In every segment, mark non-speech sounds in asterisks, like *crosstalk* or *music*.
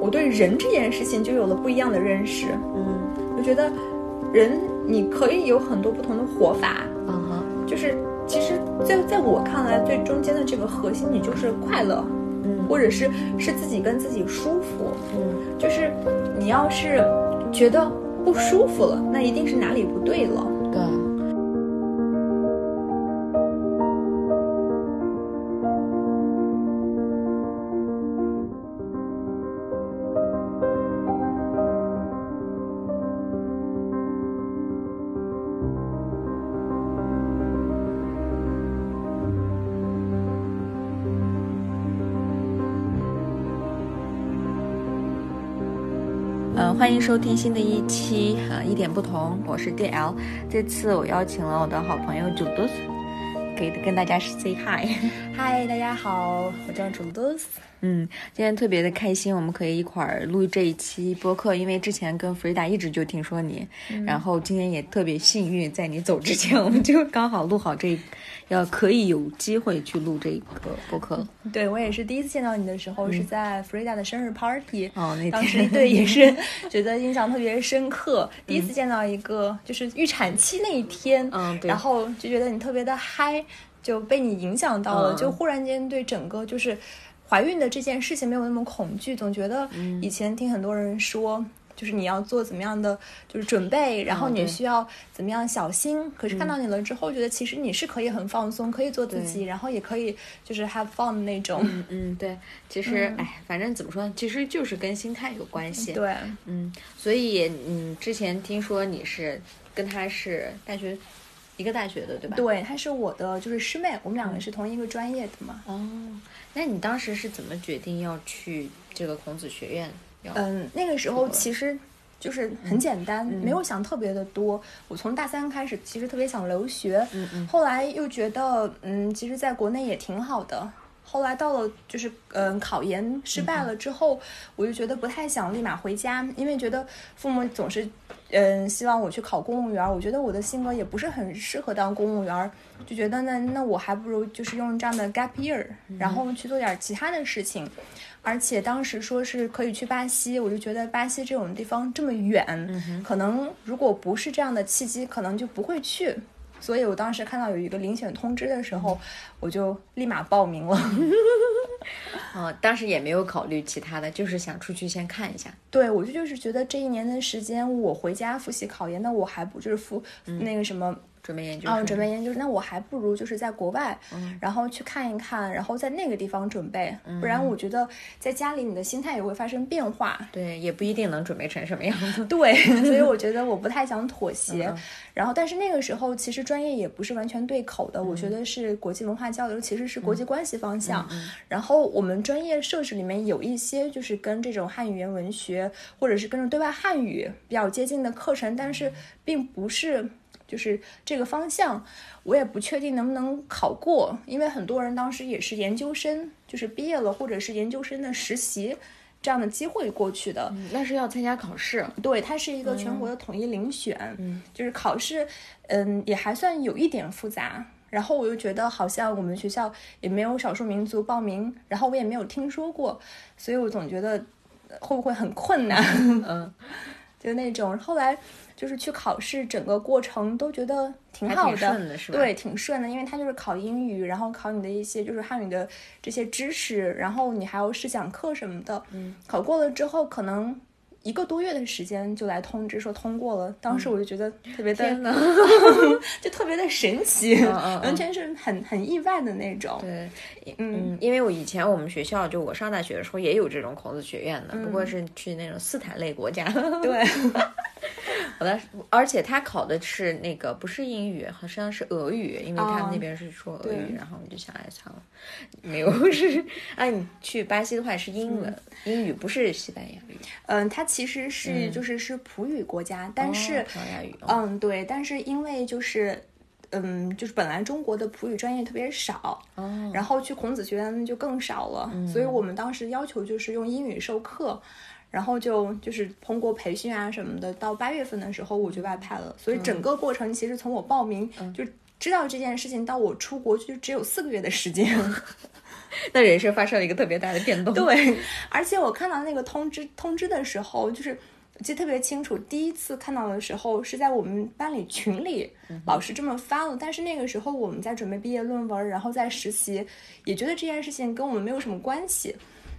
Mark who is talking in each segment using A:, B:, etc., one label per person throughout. A: 我对人这件事情就有了不一样的认识。
B: 嗯
A: 我觉得人你可以有很多不同的活法，
B: 嗯哼，
A: 就是其实在在我看来，最中间的这个核心，你就是快乐，
B: 嗯
A: 或者是是自己跟自己舒服。
B: 嗯
A: 就是你要是觉得不舒服了，那一定是哪里不对了。
B: 对，呃，欢迎收听新的一期啊，一点不同，我是 DL。这次我邀请了我的好朋友主都，给跟大家 say hi。
A: 嗨，大家好，我叫主都斯。
B: 嗯，今天特别的开心，我们可以一块儿录这一期播客，因为之前跟弗瑞达一直就听说你，然后今天也特别幸运，在你走之前，我们就刚好录好这一，要可以有机会去录这个播客了。
A: 对我也是第一次见到你的时候、是在 Frida 的生日 party。
B: 哦，那
A: 当时
B: 天
A: 对也
B: *laughs*
A: 是觉得印象特别深刻，第一次见到一个就是预产期那一天，
B: 嗯对
A: 然后就觉得你特别的嗨，就被你影响到了，
B: 嗯
A: 就忽然间对整个就是怀孕的这件事情没有那么恐惧，总觉得
B: 嗯
A: 以前听很多人说。就是你要做怎么样的就是准备，然后
B: 嗯对嗯
A: 你需要怎么样小心。可是看到你了之后，觉得其实你是可以很放松，可以做自己，然后也可以就是 have fun 那种。
B: 嗯嗯，对，其实哎，反正怎么说呢，其实就是跟心态有关系。
A: 对，
B: 嗯，所以嗯，之前听说你是跟他是大学一个大学的，对吧？。
A: 对，她是我的就是师妹，我们两个
B: 嗯
A: 是同一个专业的嘛。
B: 哦，那你当时是怎么决定要去这个孔子学院？要
A: 嗯，那个时候其实
B: 嗯
A: 就是很简单，没有想特别的多。我从大三开始，其实特别想留学，
B: 嗯嗯
A: 后来又觉得，嗯，其实在国内也挺好的。后来到了就是嗯考研失
B: 嗯
A: 败了之后，我就觉得不太想立马回家，因为觉得父母总是嗯希望我去考公务员儿，我觉得我的性格也不是很适合当公务员儿，就觉得那那我还不如就是用这样的 gap year，然后去做点儿其他的事情。而且当时说是可以去巴西，我就觉得巴西这种地方这么远，可能如果不是这样的契机，可能就不会去。所以我当时看到有一个遴选通知的时候，我就立马报名了。 *laughs*
B: 哦，当时也没有考虑其他的，就是想出去先看一下。
A: 对我就就是觉得这一年的时间，我回家复习考研，那我还不就是复、那个什么
B: 哦准备研究
A: 啊，
B: 生
A: 准备研究生，那我还不如就是在国外，然后去看一看，然后在那个地方准备，不然我觉得在家里你的心态也会发生变化。
B: 对，也不一定能准备成什么样 *laughs* 子。
A: 对，所以我觉得我不太想妥协。然后，但是那个时候其实专业也不是完全对口的，我觉得是国际文化交流，其实是国际关系方向。然后我们专业设置里面有一些就是跟这种汉语言文学或者是跟着对外汉语比较接近的课程，但是并不是。就是这个方向，我也不确定能不能考过，因为很多人当时也是研究生，就是毕业了或者是研究生的实习这样的机会过去的。
B: 那是要参加考试。
A: 对，它是一个全国
B: 嗯
A: 的统一遴选，就是考试，嗯，也还算有一点复杂。然后我又觉得好像我们学校也没有少数民族报名，然后我也没有听说过，所以我总觉得呃会不会很困难？
B: 嗯，
A: *laughs* 就那种。后来就是去考试，整个过程都觉得挺
B: 还挺
A: 好的，
B: 顺的是吧
A: 对，挺顺的，因为它就是考英语，然后考你的一些就是汉语的这些知识，然后你还有试讲课什么的。嗯，考过了之后，可能一个多月的时间就来通知说通过了。当时我就觉得特别的，
B: 嗯天哪！
A: *laughs* 就特别的神奇，
B: 嗯嗯
A: 完全是很很意外的那种。
B: 对，嗯，因为我以前我们学校就我上大学的时候也有这种孔子学院的，不过是去那种斯坦类国 *laughs* 家。
A: 对，
B: 我当时，而且他考的是那个不是英语，好像是俄语，因为他们那
A: 哦
B: 边是说俄
A: 对
B: 语，然后我就想，哎，算了，没有 *laughs* 是，哎，你去巴西的话是英文，英语不是西班牙语，
A: 嗯，它其实是、就是是葡语国家，但是、
B: 嗯哦葡萄牙语，哦
A: 嗯，对，但是因为就是，嗯，就是本来中国的普语专业特别少，
B: 哦
A: 然后去孔子学院就更少了，所以我们当时要求就是用英语授课，然后就就是通过培训啊什么的，到八月份的时候我就外派了，所以整个过程其实从我报名就知道这件事情到我出国就只有四个月的时间。
B: 那人生发生了一个特别大的变动。
A: 对，而且我看到那个通知通知的时候，就是记得特别清楚，第一次看到的时候是在我们班里群里，
B: 嗯
A: 老师这么发了。但是那个时候我们在准备毕业论文，然后在实习，也觉得这件事情跟我们没有什么关系。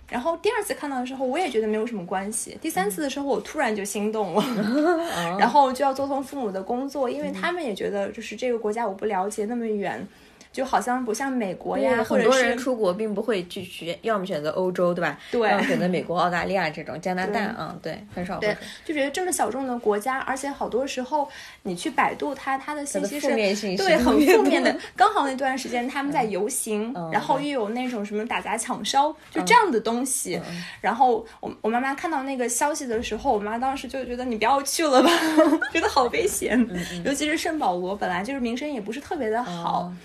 A: 然后第二次看到的时候，我也觉得没有什么关系。第三次的时候，我突然就心动了，
B: 嗯哦
A: 然后就要做从父母的工作，因为他们也觉得就是这个国家我不了解那么远，就好像不像美国呀，或
B: 很
A: 者
B: 多人
A: 是
B: 出国并不会去选，要么选择欧洲，对吧？
A: 对
B: 要么选择美国、澳大利亚这种，加拿大啊，对，很少会
A: 对。，就觉得这么小众的国家，而且好多时候你去百度它，它的信息
B: 负
A: 是
B: 面信息
A: 对很
B: 特别
A: 负面的
B: 多。
A: 刚好那段时间他们在游行，
B: 嗯
A: 然后又有那种什么打砸抢烧，就这样的东西。
B: 嗯
A: 然后我我妈妈看到那个消息的时候，我妈当时就觉得你不要去了吧， *laughs* 觉得好危险。
B: 嗯
A: 尤其是圣保罗，本来就是名声也不是特别的好。
B: 哦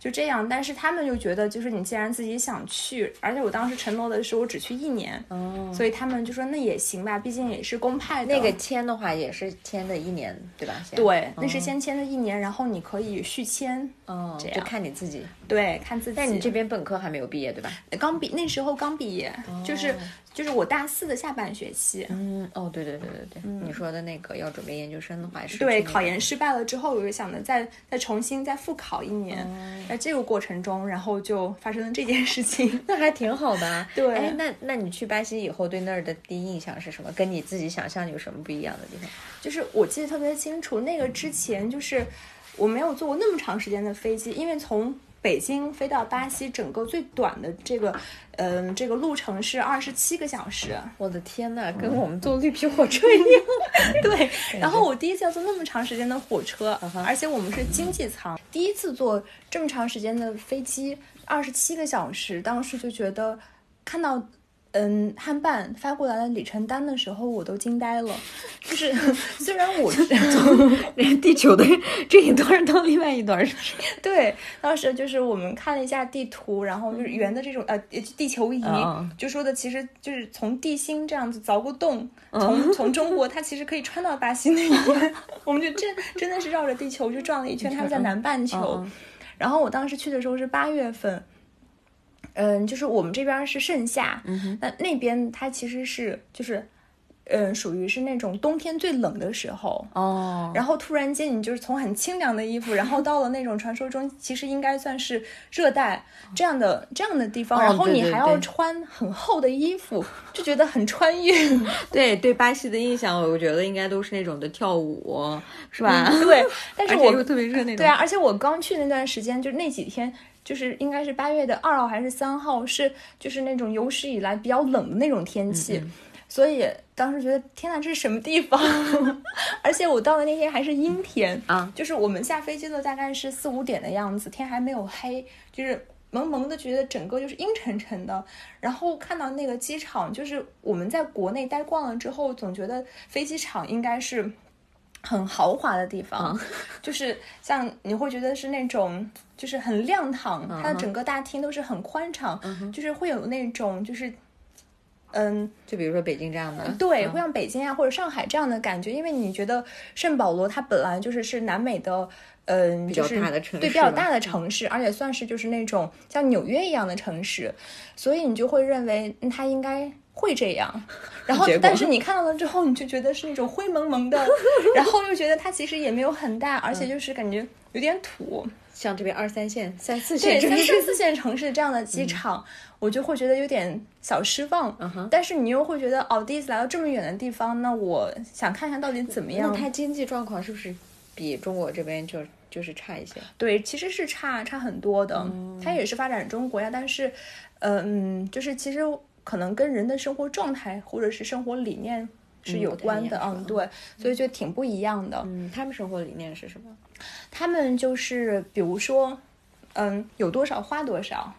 A: 就这样，但是他们就觉得，就是你既然自己想去，而且我当时承诺的是我只去一年，
B: 哦，
A: 所以他们就说那也行吧，毕竟也是公派的。
B: 那个嗯签的话也是签的一年，对吧？先，
A: 对，那是先签的一年，然后你可以续签，
B: 哦，
A: 这样
B: 就看你自己。
A: 对，看自己。
B: 但你这边本科还没有毕业，对吧？
A: 刚毕那时候刚毕业，就是就是我大四的下半学期，
B: 哦嗯，哦，对对对对对，你说的那个要准备研究生的话是
A: 对，
B: 去那
A: 考
B: 个
A: 研失败了之后，我就想着再再重新再复考一年。
B: 哦
A: 在这个过程中，然后就发生了这件事情。
B: 那还挺好的。
A: 对
B: 哎，那那你去巴西以后对那儿的第一印象是什么？跟你自己想象有什么不一样的地方？
A: 就是我记得特别清楚，那个之前就是我没有坐过那么长时间的飞机，因为从北京飞到巴西，整个最短的这个，嗯、这个路程是二十七个小时。 *laughs*
B: 我的天呐，
A: 嗯
B: 跟我们坐绿皮火车一样。
A: 对，然后我第一次要坐那么长时间的火车，而且我们是经济舱，第一次坐这么长时间的飞机，二十七个小时，当时就觉得看到。嗯，汉办发过来的里程单的时候，我都惊呆了。就是 *laughs* 虽然我是
B: *laughs* 连地球的这一段到另外一段，是不是？
A: *laughs* 对，当时就是我们看了一下地图，然后就是圆的这种呃也就地球仪
B: 嗯，
A: 就说的其实就是从地心这样子凿个洞，
B: 嗯
A: 从
B: *laughs*
A: 从中国它其实可以穿到巴西那一边， *laughs* 我们就真真的是绕着地球就转了一圈，他们在南半球
B: 嗯。
A: 然后我当时去的时候是八月份，嗯，就是我们这边是盛夏，
B: 嗯
A: 那那边它其实是就是。嗯，属于是那种冬天最冷的时候，
B: 哦，
A: 然后突然间，你就是从很清凉的衣服，然后到了那种传说中其实应该算是热带这样的这样的地方，
B: 哦
A: 然后
B: 对
A: 你
B: 对
A: 还要
B: 对
A: 穿很厚的衣服，就觉得很穿越。 *laughs*
B: 对对，巴西的印象，我觉得应该都是那种的跳舞，是吧？
A: 对，但是
B: 而且
A: 我
B: 又特别热那种。
A: 对啊，而且我刚去那段时间，就是那几天，就是应该是八月的二号还是三号，是就是那种有史以来比较冷的那种天气，
B: 嗯
A: 所以当时觉得天呐，这是什么地方？而且我到的那天还是阴天
B: 啊，
A: 就是我们下飞机的大概是四五点的样子，天还没有黑，就是。蒙蒙的觉得整个就是阴沉沉的，然后看到那个机场，就是我们在国内待惯了之后，总觉得飞机场应该是很豪华的地方，就是像你会觉得是那种就是很亮堂，它的整个大厅都是很宽敞，就是会有那种就是。嗯，
B: 就比如说北京这样的，嗯
A: 对，会像北京啊或者上海这样的感觉，因为你觉得圣保罗它本来就是是南美的，嗯，
B: 较
A: 就是
B: 大的城
A: 对比
B: 市
A: 较
B: 吧
A: 大的城市，而且算是就是那种像纽约一样的城市，所以你就会认为嗯它应该会这样。然后
B: 结，果
A: 但是你看到了之后，你就觉得是那种灰蒙
B: *laughs*
A: 蒙的，然后又觉得它其实也没有很大，而
B: 嗯
A: 且就是感觉有点土。
B: 像这边二三线、三四
A: 对，
B: 线
A: 三
B: 城市
A: 四四线城市这样的
B: 嗯
A: 机场，我就会觉得有点小失望。但是你又会觉得，哦，第一次来到这么远的地方，那我想看看到底怎么
B: 那
A: 样。
B: 它经济状况是不是比中国这边就就是差一些？
A: 对，其实是差差很多的。
B: 哦
A: 它也是发展中国家，但是，呃嗯，就是其实可能跟人的生活状态或者是生活理念是
B: 嗯
A: 有
B: 不太一
A: 关的。
B: 样
A: 嗯，对，所以就挺不一样的。
B: 嗯，他们生活理念是什么？
A: 他们就是比如说，嗯，有多少花多少。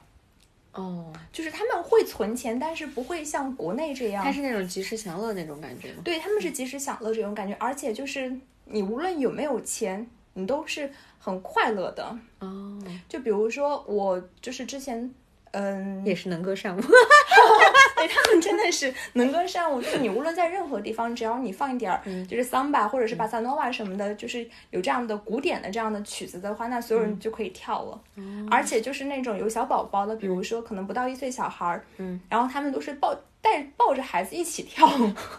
B: 哦，
A: 就是他们会存钱，但是不会像国内这样。
B: 它是那种及时享乐那种感觉吗？
A: 对，他们是及时享乐这种感觉，而且就是你无论有没有钱，你都是很快乐的。
B: 哦，
A: 就比如说我就是之前，嗯，
B: *laughs* 也是能歌善舞。
A: 哎对他们真的是能歌善舞，就是你无论在任何地方，只要你放一点儿就是桑巴或者是巴萨诺瓦什么的，就是有这样的古典的这样的曲子的话，那所有人就可以跳了。而且就是那种有小宝宝的，比如说可能不到一岁小孩儿，嗯，然后他们都是抱带抱着孩子一起跳， *laughs*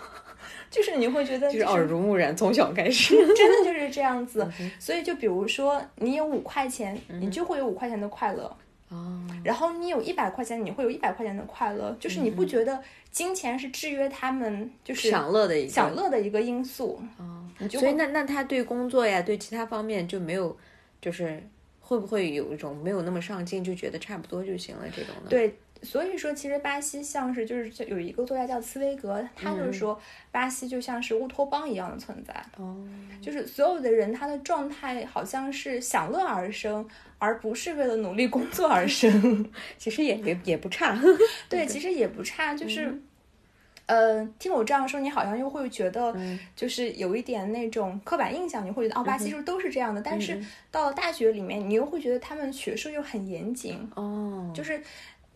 A: 就是你会觉得
C: 就
A: 就是
C: 耳
A: 是
C: 濡目染，从小开始。
A: 真的就是这样子。所以就比如说你有五块钱，你就会有五块钱的快乐。
C: 哦，
A: 然后你有一百块钱，你会有一百块钱的快乐，就是你不觉得金钱是制约他们就是
C: 享乐的一个
A: 享乐的一个因素？
C: 哦
A: 就
C: 所以
A: 会
C: 那那他对工作呀，对其他方面就没有，就是会不会有一种没有那么上进，就觉得差不多就行了这种呢？，
A: 对，所以说其实巴西像是就是就有一个作家叫茨威格，他就是说巴西就像是乌托邦一样的存在，
C: 哦，
A: 就是所有的人他的状态好像是享乐而生，而不是为了努力工作而生。
C: 其实也也也不差。 *laughs*
A: 对，其实也不差，就是，
C: 嗯
A: 呃，听我这样说，你好像又会觉得，
C: 嗯
A: 就是有一点那种刻板印象，你会觉得哦，巴西是不是都是这样的？
C: 嗯
A: 但是到了大学里面，你又会觉得他们学术又很严谨，
C: 哦，就
A: 就是是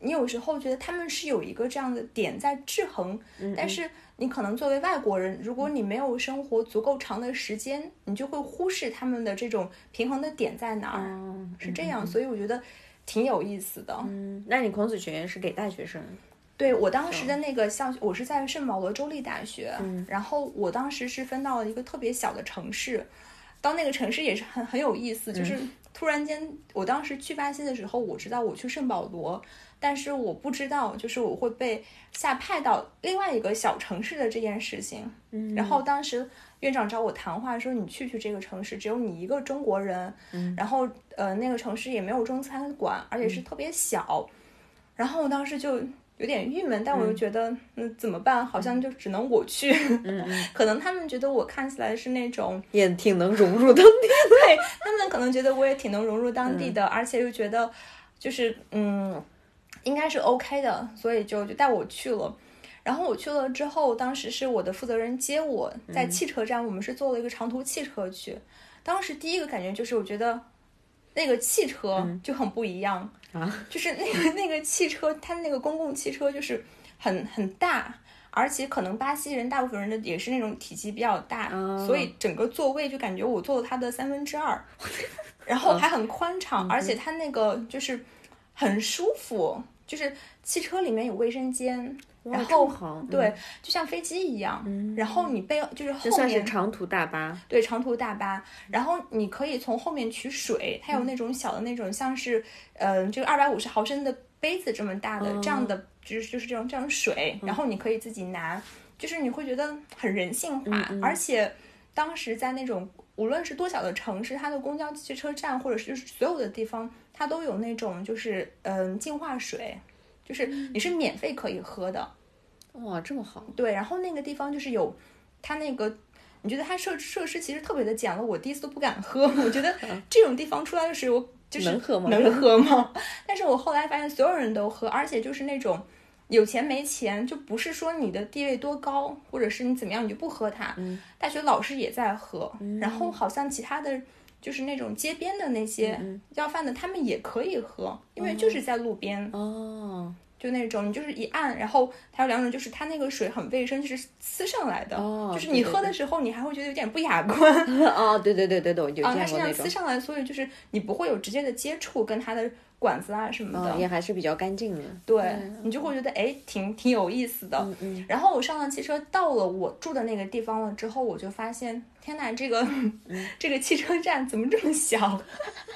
A: 你有时候觉得他们是有一个这样的点在制衡，
C: 嗯
A: 但是你可能作为外国人，如果你没有生活足够长的时间，你就会忽视他们的这种平衡的点在哪儿，
C: 哦
A: 是这样，所以我觉得挺有意思的，
C: 嗯，那你孔子学院是给大学生？
A: 对我当时的那个校，我是在圣保罗州立大学，然后我当时是分到了一个特别小的城市，到那个城市也是很很有意思，就是突然间，我当时去巴西的时候，我知道我去圣保罗，但是我不知道就是我会被下派到另外一个小城市的这件事情。嗯，然后当时院长找我谈话说，你去去这个城市，只有你一个中国人，然后呃那个城市也没有中餐馆，而且是特别小，然后我当时就。有点郁闷，但我又觉得，嗯，怎么办？好像就只能我去。 *laughs* 可能他们觉得我看起来是那种
C: 也挺能融入当地。
A: 对他们可能觉得我也挺能融入当地的，而且又觉得就是嗯，应该是 OK 的，所以就就带我去了。然后我去了之后，当时是我的负责人接我，
C: 嗯
A: 在汽车站，我们是坐了一个长途汽车去。当时第一个感觉就是，我觉得那个汽车就很不一样，
C: 嗯啊，
A: 就是那个那个汽车，它那个公共汽车就是很很大，而且可能巴西人大部分人的也是那种体积比较大，
C: 哦
A: 所以整个座位就感觉我坐了它的三分之二，然后
C: 嗯
A: 还很宽敞，而且它那个就是很舒服，就是汽车里面有卫生间。然
C: 这么 *laughs*
A: 后
C: 好
A: 嗯对，就像飞机一样，然后你被就是后
C: 这嗯算是
A: 面
C: 长途大巴。
A: 对，长途大巴，然后你可以从后面取水，
C: 嗯
A: 它有那种小的那种，像是呃，这个二百五十毫升的杯子这么大的、这样
C: 哦
A: 的，就是就是这种这种水，
C: 嗯
A: 然后你可以自己拿，就是你会觉得很人性化，
C: 嗯
A: 而且当时在那种无论是多小的城市，它的公交汽车站或者是就是所有的地方，它都有那种就是嗯、净化水，就是
C: 嗯
A: 你是免费可以喝的，
C: 哇，这么好。
A: 对，然后那个地方就是有它那个，你觉得它设设施其实特别的简陋，我第一次都不敢喝。我觉得这种地方出来的水，我就是
C: 嗯能喝吗
A: 能喝吗？ *laughs* 但是我后来发现所有人都喝，而且就是那种有钱没钱，就不是说你的地位多高，或者是你怎么样，你就不喝它。
C: 嗯
A: 大学老师也在喝，然后好像其他的。就是那种街边的
C: 嗯
A: 那些要饭的，他们也可以喝，因为就是在路边，
C: 哦 *laughs*
A: 就那种，你就是一按，然后还有两种，就是它那个水很卫生，就是呲上来的，
C: 哦
A: 就是
C: 对
A: 你
C: 对
A: 喝的时候，你还会觉得有点不
C: *laughs*
A: 雅观啊，
C: 哦，对对对对对，我就
A: 它
C: 见
A: 是
C: 过
A: 这样
C: 那
A: 呲
C: 种。
A: 上来，所以就是你不会有直接的接触跟它的管子啊什么的，
C: 哦，也嗯还是比较干净的。
A: 对你就会觉得哎，挺挺有意思的。
C: 嗯
A: 然后我上了汽车，到了我住的那个地方了之后，我就发现，天呐，这个、
C: 嗯
A: *laughs* 这个汽车站怎么这么小？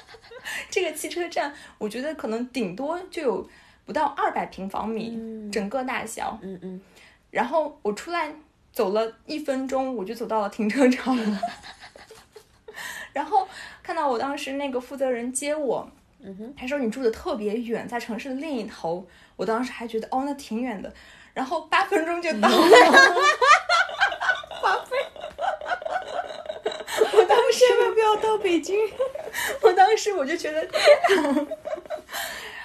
A: *laughs* 这个汽车站，我觉得可能顶多就有不到二百平方米，整个大小。
C: 嗯嗯。
A: 然后我出来走了一分钟，我就走到了停车场了。然后看到我当时那个负责人接我，他说你住的特别远，在城市的另一头。我当时还觉得哦，那挺远的。然后八分钟就到了， *laughs* 我当时
C: 要不要到北京？
A: 我当时我就觉得，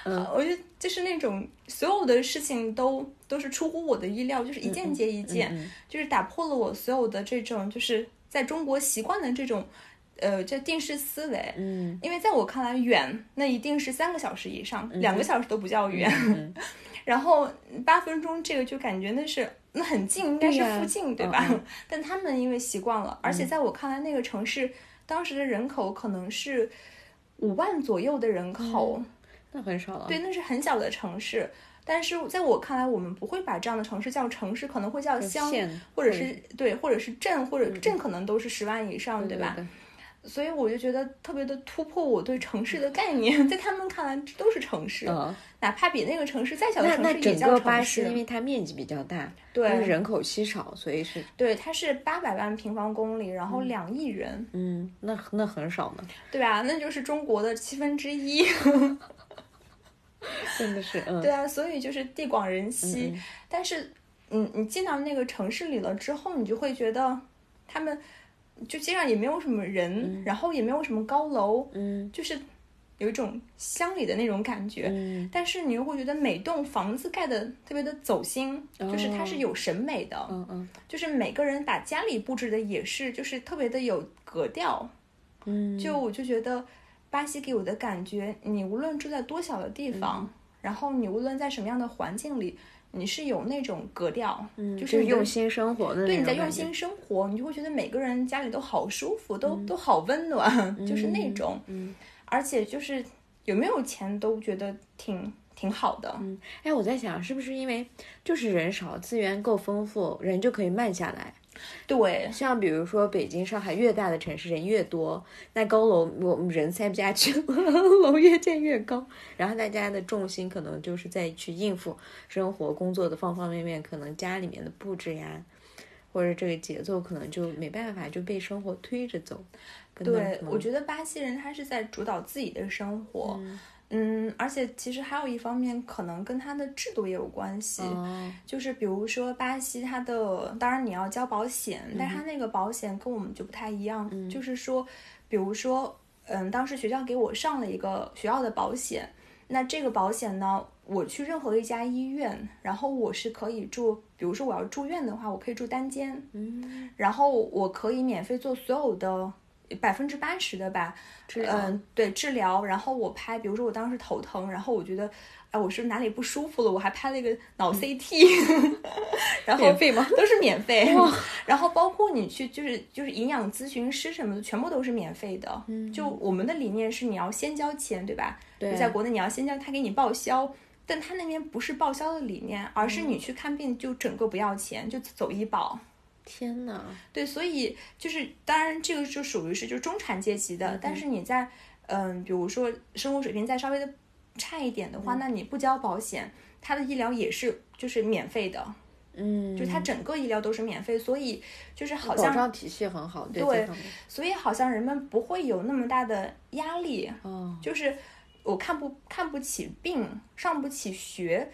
A: 嗯，我就就是那种所有的事情都都是出乎我的意料，就是一件接一件，就是打破了我所有的这种就是在中国习惯的这种。呃，这定式思维，
C: 嗯，
A: 嗯因为在我看来，远那一定是三个小时以上，两个小时都不叫远。 *laughs* 然后八分钟这个就感觉那是那很近，应该是附近对,、嗯吧、 *laughs* 但他们因为习惯了，而且在我看来，那个城市、当时的人口可能是五万左右的人口。
B: 那很少了。
A: 对，那是很小的城市。但是在我看来，我们不会把这样的城市叫城市，可能会叫乡，
B: 县
A: 或者是对，或者是镇，或者镇可能都是十万以上，对吧？所以我就觉得特别的突破我对城市的概念， *laughs* 在他们看来这都是城市，
C: 啊
B: 嗯，
A: 哪怕比那个城市再小的
B: 那
A: 城
B: 那
A: 市也
B: 整
A: 叫
B: 个巴
A: 城
B: 西，因
A: 市。
B: 为它面积比较大，
A: 对
B: 因为人口稀少，所以是
A: 对，它是八百万平方公里，然后两亿人，
B: 嗯，那那很少呢，
A: 对吧？那就是中国的七分之
B: *laughs*
A: 一。
B: 真的是，嗯，
A: 对啊，所以就是地广人稀，但是你你进到那个城市里了之后，你就会觉得他们就街上也没有什么人，然后也没有什么高楼，
B: 嗯
A: 就是有一种乡里的那种感觉。
B: 嗯
A: 但是你又会觉得每栋房子盖的特别的走心，就是它
B: 哦
A: 是有审美的，
B: 嗯嗯
A: 就是每个人把家里布置的也是就是特别的有格调，
B: 嗯，
A: 就我就觉得巴西给我的感觉，你无论住在多小的地方，
B: 嗯
A: 然后你无论在什么样的环境里，你是有那种格调，
B: 嗯
A: 就
B: 就是是
A: 你的
B: 用。心生活的那种
A: 对，你在用
B: 感觉
A: 心生活，你就会觉得每个人家里都好舒服，都、都好温暖，就是那种，
B: 嗯
A: 而且就是有没有钱都觉得挺挺好的，
B: 嗯，哎，我在想是不是因为就是人少，资源够丰富，人就可以慢下来。
A: 对，
B: 像比如说北京、上海，越大的城市人越多，那高楼我们人塞不下去了， *laughs* 楼越建越高，然后大家的重心可能就是在去应付生活、工作的方方面面，可能家里面的布置呀，或者这个节奏可能就没办法就被生活推着走。跟
A: 对，
B: 那
A: 我觉得巴西人他是在主导自己的生活，嗯而且其实还有一方面可能跟他的制度也有关系，
B: 哦，
A: 就是比如说巴西它的，当然你要交保险，但是它那个保险跟我们就不太一样，就是说，比如说，嗯，当时学校给我上了一个学校的保险，那这个保险呢，我去任何一家医院，然后我是可以住，比如说我要住院的话，我可以住单间，
B: 嗯，
A: 然后我可以免费做所有的百分之八十的吧，
B: 治疗
A: 嗯，对治疗。然后我拍，比如说我当时头疼，然后我觉得，哎，我是哪里不舒服了，我还拍了一个脑 CT，、然 *laughs* 后
B: 嗯免费 *laughs* 吗？
A: *laughs* 都是免费。然后包括你去就是就是营养咨询师什么的，全部都是免费的。就我们的理念是你要先交钱，对吧？
B: 对
A: 就在国内你要先交，他给你报销。但他那边不是报销的理念，而是你去看病就整个不要钱，就走医保。
B: 天哪，
A: 对，所以就是当然这个就属于是就中产阶级的，但是你在嗯，比如说生活水平再稍微的差一点的话，那你不交保险，它的医疗也是就是免费的，
B: 嗯，
A: 就是它整个医疗都是免费，所以就是好
B: 保
A: 像
B: 障体系很好，对
A: 对
B: 这方面
A: 所以好像人们不会有那么大的压力，
B: 哦，
A: 就是我看不看不起病，上不起学。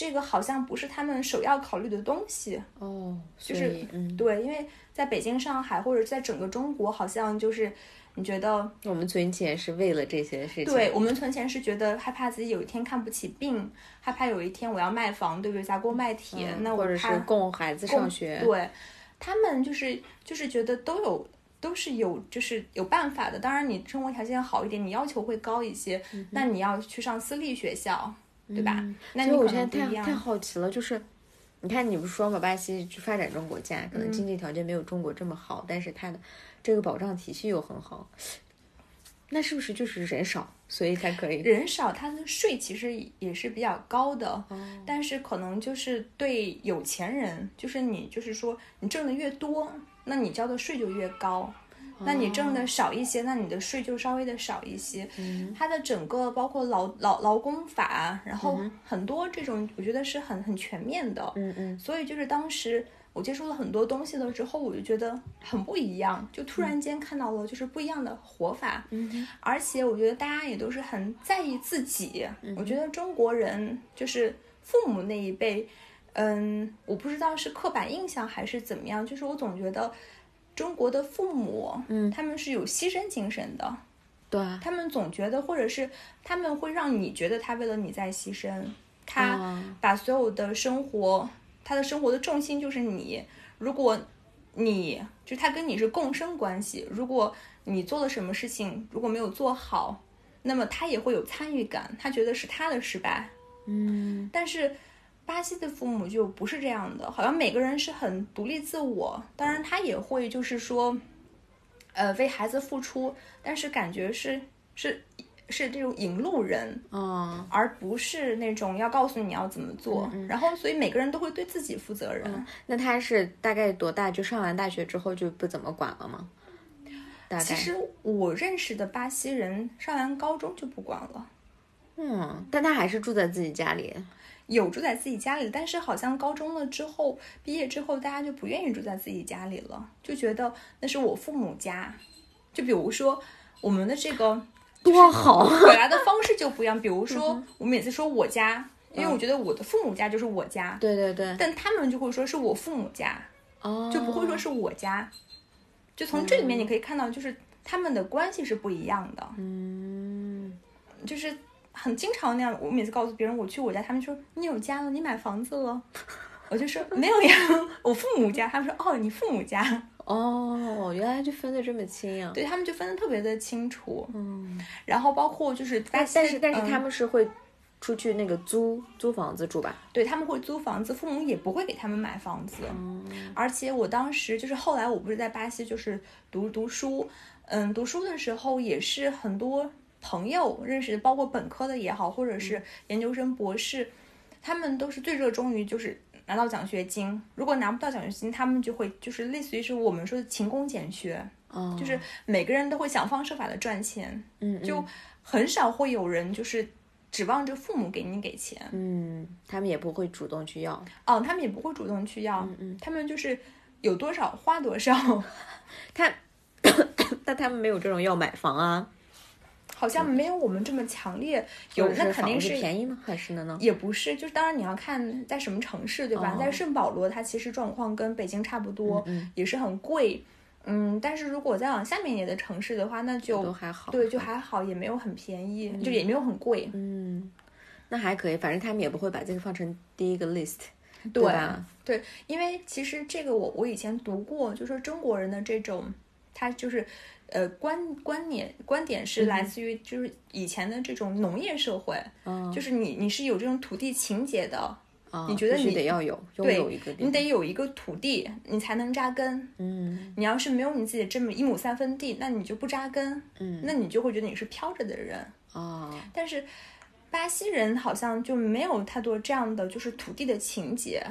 A: 这个好像不是他们首要考虑的东西，
B: 哦，
A: 就
B: 所
A: 是
B: 以嗯，
A: 对，因为在北京、上海或者在整个中国，好像就是你觉得，
B: 我们存钱是为了这些事情，
A: 对我们存钱是觉得害怕自己有一天看不起病，害怕有一天我要卖房，对不对？砸锅卖铁，
B: 嗯
A: 那我
B: 或者
A: 怕
B: 是供孩子上学，
A: 对，他们就是就是觉得都有都是有就是有办法的。当然，你生活条件好一点，你要求会高一些，
B: 嗯
A: 那你要去上私立学校，对吧？那
B: 所
A: 你
B: 以我
A: 可
B: 现在
A: 能不一
B: 太太
A: 样。
B: 好奇了，就是你看你不是说嘛，巴西去发展中国家，可能经
A: 嗯
B: 济条件没有中国这么好，但是它的这个保障体系又很好，那是不是就是人少，所以才可以？
A: 人少，他的税其实也是比较高的，
B: 哦
A: 但是可能就是对有钱人，就是你就是说你挣的越多，那你交的税就越高。
B: 哦
A: 那你挣的少一些，那你的税就稍微的少一些。
B: 嗯
A: 它的整个包括劳劳劳工法，然后很多这种，我觉得是很很全面的。
B: 嗯嗯，
A: 所以就是当时我接触了很多东西了之后，我就觉得很不一样，就
B: 嗯
A: 突然间看到了就是不一样的活法，嗯、而且我觉得大家也都是很在意自己。我觉得中国人就是父母那一辈，嗯，我不知道是刻板印象还是怎么样，就是我总觉得。中国的父母，嗯，他们是有牺牲精神的，
B: 对啊，
A: 他们总觉得，或者是他们会让你觉得他为了你在牺牲，他
B: 哦
A: 把所有的生活，他的生活的重心就是你。如果你就他跟你是共生关系，如果你做了什么事情，如果没有做好，那么他也会有参与感，他觉得是他的失败。
B: 嗯，
A: 但是巴西的父母就不是这样的，好像每个人是很独立自我，当然他也会就是说，呃，为孩子付出，但是感觉是是是这种引路人，
B: 哦，
A: 而不是那种要告诉你要怎么做。然后，所以每个人都会对自己负责任。
B: 那他是大概多大？就上完大学之后就不怎么管了吗？
A: 嗯
B: 大概，
A: 其实我认识的巴西人上完高中就不管了。
B: 嗯，但他还是住在自己家里。
A: 有住在自己家里，但是好像高中了之后，毕业之后，大家就不愿意住在自己家里了，就觉得那是我父母家。就比如说我们的这个
B: 多好啊！
A: 表达的方式就不一样，比如说我每次说我家，因为我觉得我的父母家就是我家，
B: 对对对，
A: 但他们就会说是我父母家，
B: 哦，
A: 就不会说是我家。就从这里面你可以看到，就是他们的关系是不一样的，
B: 嗯，
A: 就是很经常那样。我每次告诉别人我去我家，他们说你有家了，你买房子了， *laughs* 我就说没有呀， *laughs* 我父母家。他们说哦，你父母家，
B: 哦，原来就分得这么清呀、
A: 对他们就分得特别的清楚。
B: 嗯，
A: 然后包括就是巴
B: 但
A: 西，
B: 但是但是
A: 嗯
B: 他们是会出去那个租租房子住吧？
A: 对他们会租房子，父母也不会给他们买房子。
B: 嗯
A: 而且我当时就是后来我不是在巴西就是读读书，嗯，读书的时候也是很多朋友认识，包括本科的也好，或者
B: 嗯
A: 是研究生、博士，他们都是最热衷于就是拿到奖学金。如果拿不到奖学金，他们就会就是类似于是我们说的勤工俭学，
B: 哦，
A: 就是每个人都会想方设法的赚钱，
B: 嗯
A: 就很少会有人就是指望着父母给你给钱。
B: 嗯，他们也不会主动去要，
A: 哦，他们也不会主动去要，
B: 嗯
A: 他们就是有多少花多少，
B: 他但他们没有这种要买房啊，
A: 好像没有我们这么强烈。
B: 或
A: 有
B: 者
A: 那
B: 是
A: 肯定
B: 房子
A: 是
B: 便宜吗？还是呢呢？
A: 也不是，就是当然你要看在什么城市，对吧？
B: 哦嗯
A: 在圣保罗，它其实状况跟北京差不多，也是很贵。嗯，但是如果再往下面一点的城市的话，那
B: 都
A: 就
B: 还好，
A: 对，就还好，也没有很便宜，就也没有很贵。
B: 嗯，那还可以，反正他们也不会把这个放成第一个 list，对啊
A: 对对，
B: 吧？
A: 因为其实这个我我以前读过，就说中国人的这种，他就是，呃，观观念观点是来自于就是以前的这种农业社会，
B: 嗯，
A: 就是你你是有这种土地情结的，
B: 啊
A: 你觉得
B: 必须
A: 你
B: 得要有拥有一个地
A: 你
B: 方，
A: 得有一个土地，你才能扎根。
B: 嗯
A: 你要是没有你自己这么一亩三分地，那你就不扎根，
B: 嗯
A: 那你就会觉得你是飘着的人。
B: 哦，
A: 但是巴西人好像就没有太多这样的就是土地的情节，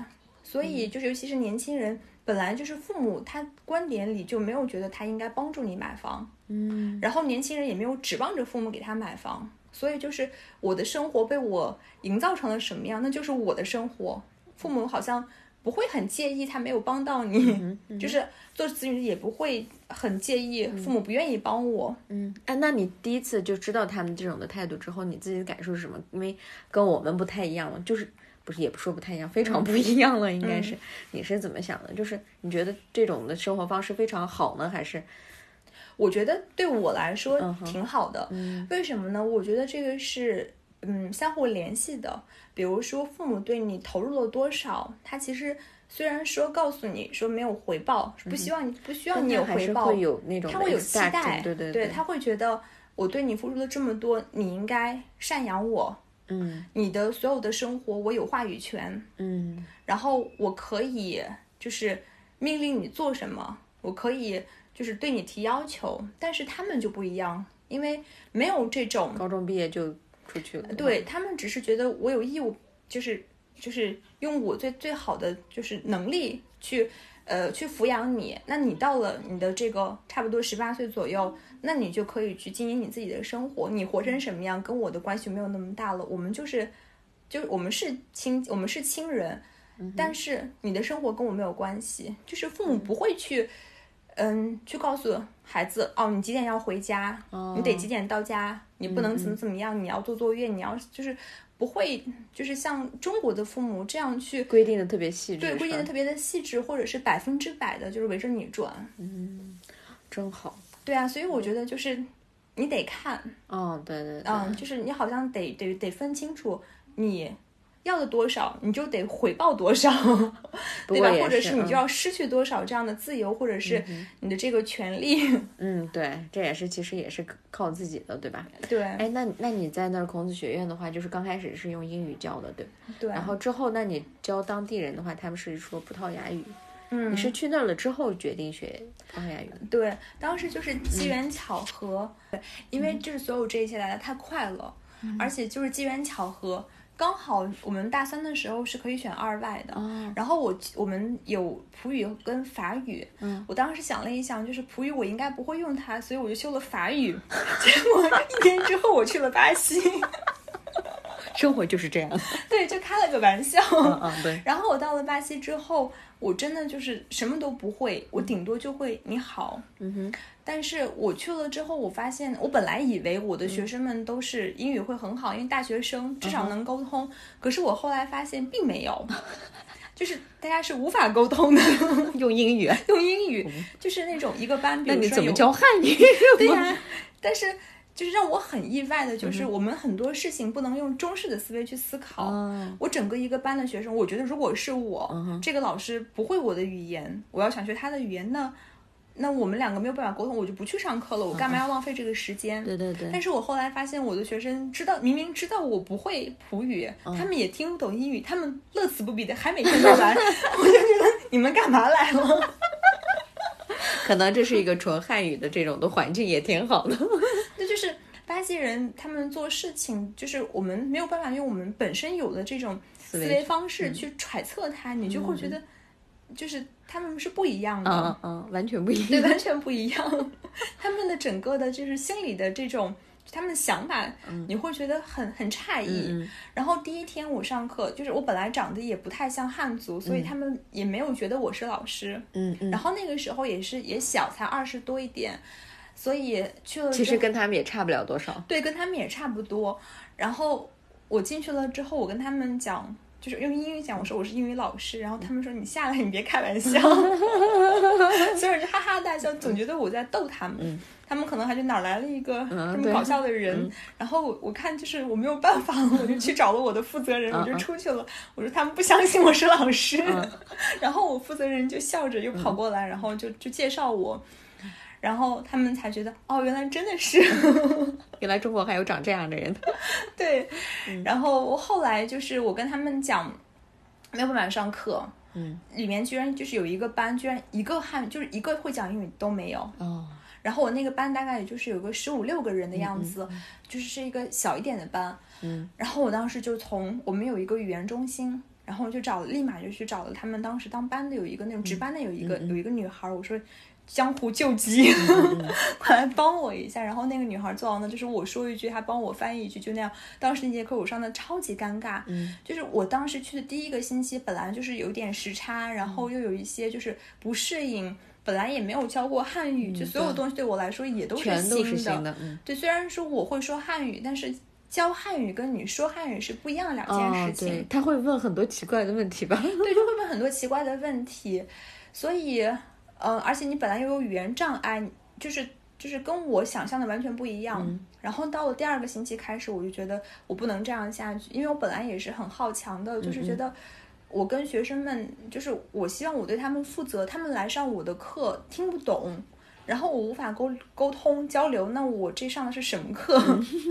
A: 所
B: 嗯
A: 以就是尤其是年轻人，本来就是父母他观点里就没有觉得他应该帮助你买房，
B: 嗯
A: 然后年轻人也没有指望着父母给他买房，所以就是我的生活被我营造成了什么样，那就是我的生活，父母好像。不会很介意他没有帮到
B: 嗯
A: 你，就是做子女也不会很介意父母不愿意帮我，
B: 嗯，哎，那你第一次就知道他们这种的态度之后，你自己的感受是什么？因为跟我们不太一样了，就是不是也不说不太一样，非常不一样了，应该
A: 嗯
B: 是、你是怎么想的？就是你觉得这种的生活方式非常好呢，还是
A: 我觉得对我来说
B: 嗯哼
A: 挺好的。为什么呢？我觉得这个是嗯相互联系的。比如说父母对你投入了多少，他其实虽然说告诉你说没有回报，不
B: 嗯
A: 希望你不需要你有
B: 还
A: 回
B: 是
A: 报，
B: 会有那种
A: 他会有期
B: expect，
A: 待，
B: 对对
A: 他会觉得我对你付出了这么多，你应该赡养我，
B: 嗯
A: 你的所有的生活我有话语权。
B: 嗯
A: 然后我可以就是命令你做什么，我可以就是对你提要求，但是他们就不一样，因为没有这种，
B: 高中毕业就出去了，
A: 呃对他们只是觉得我有义务，就是就是用我最最好的就是能力去。呃，去抚养你，那你到了你的这个差不多十八岁左右，那你就可以去经营你自己的生活。你活成什么样，跟我的关系没有那么大了。我们就是，就是我们是亲，我们是亲人，但是你的生活跟我没有关系，就是父母不会去，嗯，去告诉孩子哦，你几点要回家，你得几点到家，你不能怎么怎么样，你要做作业，你要就是不会就是像中国的父母这样去
B: 规定的特别细致，
A: 对
B: 是
A: 规定的
B: 吧
A: 特别的细致，或者是百分之百的就是围着你转。
B: 真好。
A: 对啊，所以我觉得就是你得看，嗯
B: 哦，对对对，
A: 嗯，就是你好像得得得分清楚你。要的多少，你就得回报多少，
C: 不
A: 对
C: 过
A: 吧？
C: 也
A: 或者
C: 是
A: 是你
C: 嗯
A: 就要失去多少这样的自由，或者是你的这个权利。 *laughs*
C: 嗯，对，这也是其实也是靠自己的，对吧？
A: 对，
C: 哎，那那你在那儿孔子学院的话，就是刚开始是用英语教的，对吧？
A: 对。
C: 然后之后，那你教当地人的话，他们是说葡萄牙语。
A: 嗯
C: 你是去那儿了之后决定学葡萄牙语的？
A: 对，当时就是
C: 嗯
A: 机缘巧合，对，因为就是所有这一切来的太快了，
C: 嗯
A: 而且就是机缘巧合，刚好我们大三的时候是可以选二外的，
C: 哦
A: 然后我我们有葡语跟法语，
C: 嗯
A: 我当时想了一想，就是葡语我应该不会用它，所以我就修了法语， *laughs* 结果一年之后我去了巴西，
C: 生活就是这样。 *laughs*
A: 对，就开了个玩笑，
C: 嗯嗯，对。
A: *laughs* 然后我到了巴西之后，我真的就是什么都不会，我顶多就会你好，
C: 嗯哼，
A: 但是我去了之后，我发现我本来以为我的
C: 嗯
A: 学生们都是英语会很好，因为大学生至少能沟通。可是我后来发现并没有， *laughs* 就是大家是无法沟通的， *laughs*
C: 用英语，
A: 用英语就是那种一个班，比
C: 哦那
A: 如
C: 你
A: 说
C: 怎么
A: 有
C: 教汉语？
A: 对
C: *laughs*
A: 呀、但是就是让我很意外的，
C: 嗯
A: 就是我们很多事情不能用中式的思维去思考。
C: 哦
A: 我整个一个班的学生，我觉得如果是我、
C: 嗯
A: 这个老师不会我的语言，我要想学他的语言，那那我们两个没有办法沟通，我就不去上课了，我干嘛要浪费这个时间？
C: 嗯对对对
A: 但是我后来发现，我的学生知道，明明知道我不会葡语，
C: 嗯
A: 他们也听不懂英语，他们乐此不疲的还每天都来， *laughs* 我就觉得你们干嘛来了？
C: 可能这是一个纯汉语的这种的环境也挺好的。 *laughs*
A: 那就是巴西人他们做事情，就是我们没有办法用我们本身有的这种思
C: 维嗯
A: 维方式去揣测它，你就会觉得，就是他们是不一样的， *laughs*
C: 嗯嗯，完全不一
A: 对，
C: 样。
A: 完全不一样。他们的整个的就是心理的这种。他们的想法，你会觉得很很诧异。
C: 嗯嗯嗯
A: 然后第一天我上课，就是我本来长得也不太像汉族，所以他们也没有觉得我是老师。
C: 嗯嗯，
A: 然后那个时候也是也小，才二十多一点，所以去了之
C: 其实
A: 后。
C: 跟他们也差不了多少。
A: 对，跟他们也差不多。然后我进去了之后，我跟他们讲，就是用英语讲，我说我是英语老师，然后他们说你下来，你别开玩笑， *laughs* 所以我就哈哈大笑，总觉得我在逗他们。他们可能还就哪来了一个
C: 嗯
A: 这么
C: 对
A: 搞笑的人，然后我我看就是我没有办法，我就去找了我的负责人，我就
C: 嗯
A: 出去了。我说他们不相信我是老师， *laughs* 然后我负责人就笑着又
C: 嗯
A: 跑过来，然后就就介绍我，然后他们才觉得哦，原来真的是。
C: *laughs* 原来中国还有长这样的人。
A: 对，然后后来就是我跟他们讲，没有办法上课，
C: 嗯，
A: 里面居然就是有一个班，居然一个汉就是一个会讲英语都没有。
C: 哦，
A: 然后我那个班大概也就是有个十五六个人的样子，就是是一个小一点的班。
C: 嗯，
A: 然后我当时就从我们有一个语言中心，然后我就找立马就去找了他们当时当班的有一个那
C: 嗯
A: 种值班的有一个、有一个女孩儿，我说。江湖救急，
C: 嗯
A: *laughs* 快来帮我一下。然后那个女孩做完呢，就是我说一句，她帮我翻译一句，就那样。当时那节课我上的超级尴尬，
C: 嗯
A: 就是我当时去的第一个星期，本来就是有点时差，
C: 嗯
A: 然后又有一些就是不适应，本来也没有教过汉语，就所有东西对我来说也都是
C: *laughs* 嗯全都是
A: 新
C: 新的。嗯，
A: 对，虽然说我会说汉语，但是教汉语跟你说汉语是不一样的两件
C: 哦
A: 事，情。
C: 对，他会问很多奇怪的问题 *laughs* 吧？
A: 对，就会问很多奇怪的问题，所以，呃，而且你本来又有语言障碍，就是就是跟我想象的完全不一样。
C: 嗯
A: 然后到了第二个星期开始，我就觉得我不能这样下去，因为我本来也是很好强的，就是
C: 嗯
A: 觉得。我跟学生们，就是我希望我对他们负责，他们来上我的课听不懂，然后我无法沟沟通交流，那我这上的是什么课？
C: 嗯 *laughs*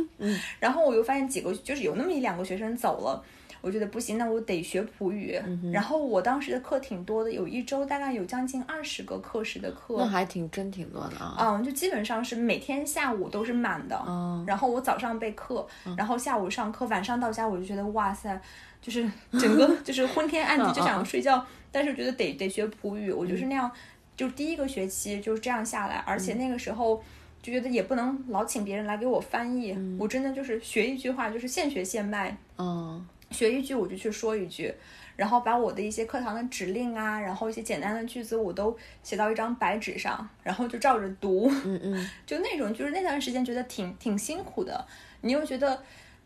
A: 然后我又发现几个，就是有那么一两个学生走了，我觉得不行，那我得学葡语。
C: 嗯
A: 然后我当时的课挺多的，有一周大概有将近二十个课时的课
C: 那。还挺真挺多的啊。
A: 嗯，就基本上是每天下午都是满的，
C: 哦
B: 嗯
A: 然后我早上备课，然后下午上课，晚上到家我就觉得哇塞，就是整个就是昏天暗地，就想睡觉，但是觉得得得学葡语，我就是那样，就第一个学期就是这样下来，而且那个时候。就觉得也不能老请别人来给我翻译，我真的就是学一句话就是现学现卖，
C: 哦，
B: 嗯
A: 学一句我就去说一句，然后把我的一些课堂的指令啊，然后一些简单的句子我都写到一张白纸上，然后就照着读，
C: 嗯嗯，
A: *laughs* 就那种就是那段时间觉得挺挺辛苦的，你又觉得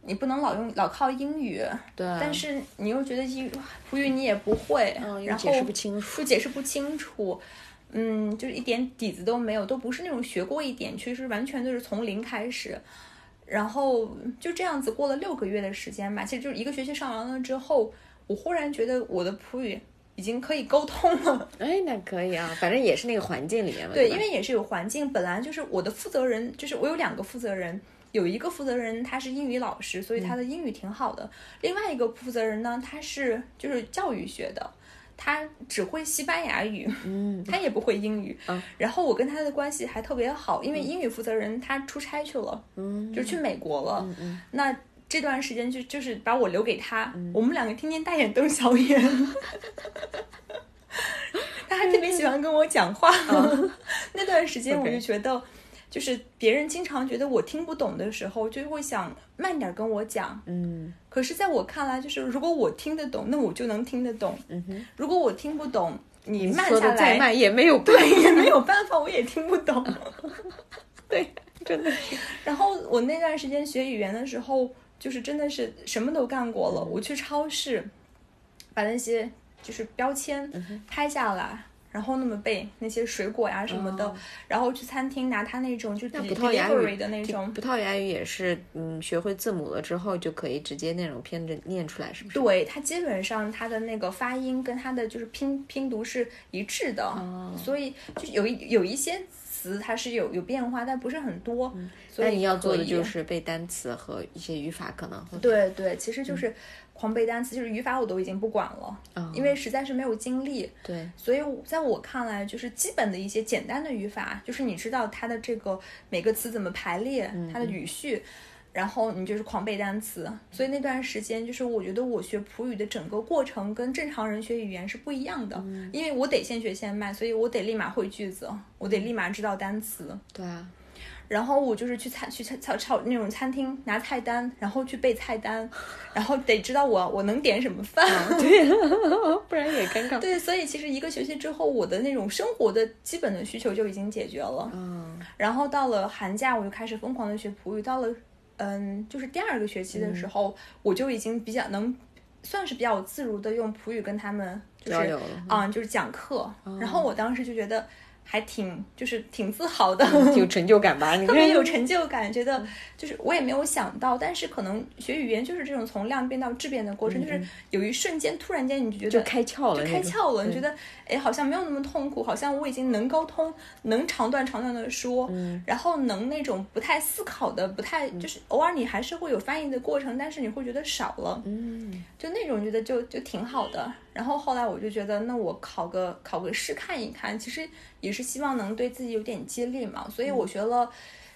A: 你不能老用老靠英语，
C: 对。
A: 但是你又觉得英语葡语你也不会，
C: 嗯，又
A: 然后
C: 解释不清楚。
A: 就解释不清楚。嗯，就是一点底子都没有，都不是那种学过一点，其实完全就是从零开始。然后就这样子过了六个月的时间吧，其实就是一个学期上完了之后，我忽然觉得我的普语已经可以沟通了。
B: 哎，那可以啊，反正也是那个环境里面嘛。
A: 对，
B: 吧
A: 因为也是有环境，本来就是我的负责人，就是我有两个负责人，有一个负责人他是英语老师，所以他的英语挺好的；另外一个负责人呢，他是就是教育学的。他只会西班牙语，嗯，他也不会英语。
B: 啊
A: 然后我跟他的关系还特别好，
B: 嗯
A: 因为英语负责人他出差去了，嗯，就去美国了。
B: 嗯
A: 那这段时间就就是把我留给他，我们两个天天大眼瞪小眼。 *laughs* 他还特别喜欢跟我讲话。 *laughs* 那段时间我就
B: 嗯 OK
A: 觉得，就是别人经常觉得我听不懂的时候，就会想慢点跟我讲。
B: 嗯
A: 可是在我看来，就是如果我听得懂，那我就能听得懂；
B: 嗯哼，
A: 如果我听不懂，你慢
B: 说
A: 下
B: 的再
A: 来，
B: 慢也没有办
A: 对，
B: *laughs*
A: 也没有办法，我也听不懂。
B: 对，真的
A: 然后我那段时间学语言的时候，就是真的是什么都干过了。我去超市，把那些就是标签
B: 嗯
A: 拍下来。然后那么背那些水果呀、什么的，
B: 哦
A: 然后去餐厅拿他那种就
B: 那葡萄牙
A: delivery
B: 语
A: 的那种，
B: 葡萄牙语也是，嗯，学会字母了之后就可以直接那种偏着念出来，是不是？
A: 对，它基本上它的那个发音跟它的就是拼拼读是一致的，
B: 哦
A: 所以就有一有一些词它是有有变化，但不是很多。所以
B: 嗯那你要做
A: 可
B: 的
A: 以啊
B: 就是背单词和一些语法，可能会
A: 对对，其实就是狂背单词，就是语法我都已经不管了，
B: 嗯哦
A: 因为实在是没有精力。
B: 对，
A: 所以我在我看来，就是基本的一些简单的语法，就是你知道它的这个每个词怎么排列，
B: 嗯
A: 它的语序。然后你就是狂背单词，所以那段时间就是我觉得我学普语的整个过程跟正常人学语言是不一样的，
B: 嗯
A: 因为我得先学现卖，所以我得立马会句子，我
B: 嗯
A: 得立马知道单词。
B: 对啊， *laughs*
A: 然后我就是去餐去餐炒炒那种餐厅拿菜单，然后去背菜单，然后得知道我我能点什么饭。
B: 嗯 *laughs* 不然也尴尬。
A: *laughs* 对，所以其实一个学期之后，我的那种生活的基本的需求就已经解决了。
B: 嗯，
A: 然后到了寒假，我就开始疯狂的学葡语。到了嗯，就是第二个学期的时
B: 嗯
A: 候，我就已经比较能算是比较自如的用葡语跟他们就是
B: 交流了哦
A: 啊、就是讲课。然后我当时就觉得还挺就是挺自豪的。
B: 有成就感吧？你
A: 特别
B: 看
A: 有成就感，觉得就是我也没有想到，但是可能学语言就是这种从量变到质变的过程，就是有一瞬间突然间你就觉得
B: 就开窍了，
A: 就开窍了，你觉得哎好像没有那么痛苦，好像我已经能沟通，能长段长段的说，
B: 嗯
A: 然后能那种不太思考的，不太就是偶尔你还是会有翻译的过程，但是你会觉得少了，
B: 嗯，
A: 就那种觉得就就挺好的。然后后来我就觉得，那我考个考个试看一看，其实也是希望能对自己有点激励嘛。所以
B: 嗯
A: 我学了，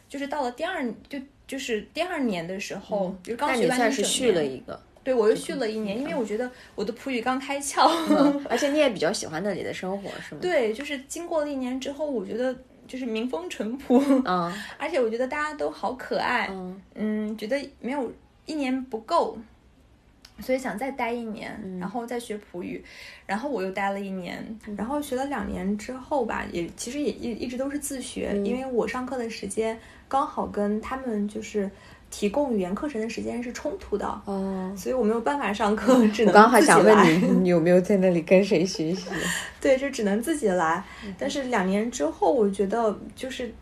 A: 就是到了第二就就是第二年的时候，就是刚
B: 嗯那
A: 学
B: 你
A: 完
B: 算
A: 一
B: 是
A: 整
B: 续
A: 年
B: 了一个，
A: 对我又续了一年，因为我觉得我的普语刚开窍。
B: 嗯 *laughs* 而且你也比较喜欢那里的生活，是吗？，
A: 对，就是经过了一年之后，我觉得就是民风淳朴， *laughs*
B: 嗯
A: 而且我觉得大家都好可爱，
B: 嗯
A: 嗯，觉得没有一年不够，所以想再待一年，
C: 嗯
A: 然后再学普语，然后我又待了一年，然后学了两年之后吧，也其实也一一直都是自学，
C: 嗯
A: 因为我上课的时间刚好跟他们就是提供语言课程的时间是冲突的，
B: 哦。
A: 所以我没有办法上课，只
C: 嗯我
A: 能
C: 刚还
A: 自己
C: 想
A: 来
C: 问你，你有没有在那里跟谁学习？
A: 对，就只能自己来。
B: 嗯
A: 但是两年之后，我觉得就是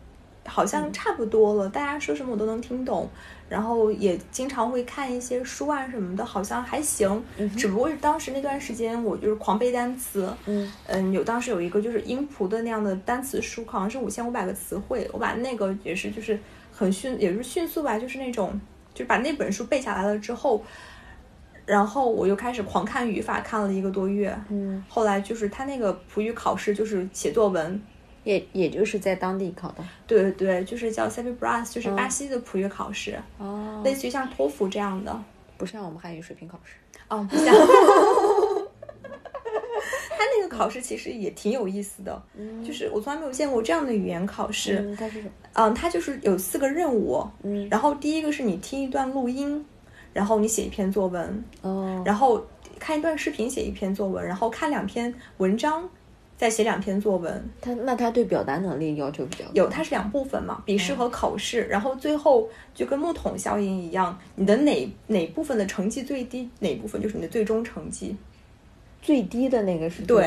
A: 好像
B: 嗯
A: 差不多了，大家说什么我都能听懂，然后也经常会看一些书啊什么的，好像还行。只不过是当时那段时间，我就是狂背单词。
B: *laughs* 嗯
A: 嗯，有当时有一个就是音谱的那样的单词书，好像是五千五百个词汇，我把那个也是就是很迅，也是迅速吧，就是那种就是把那本书背下来了之后。然后我又开始狂看语法，看了一个多月，
B: 嗯，
A: 后来就是他那个普语考试，就是写作文，
B: 也也就是在当地考的
A: 对对对，就是叫 s e b i b r a s 就是巴西的普语考试，
B: 哦
A: 类似于像托福这样的。
B: 不像我们汉语水平考试。
A: *laughs* 哦，不像。他那个考试其实也挺有意思的，就是我从来没有见过这样的语言考试。
B: 嗯，它是什么？
A: 嗯，它就是有四个任务，
B: 嗯
A: 然后第一个是你听一段录音，然后你写一篇作文，
B: 哦，
A: 然后看一段视频写一篇作文，然后看两篇文章，再写两篇作文。
B: 它那它对表达能力要求比较高
A: 有，它是两部分嘛，笔
B: 嗯
A: 试和口试，然后最后就跟木桶效应一样，你的哪哪部分的成绩最低，哪部分就是你的最终成绩。
B: 最低的那个是
A: 对
B: 多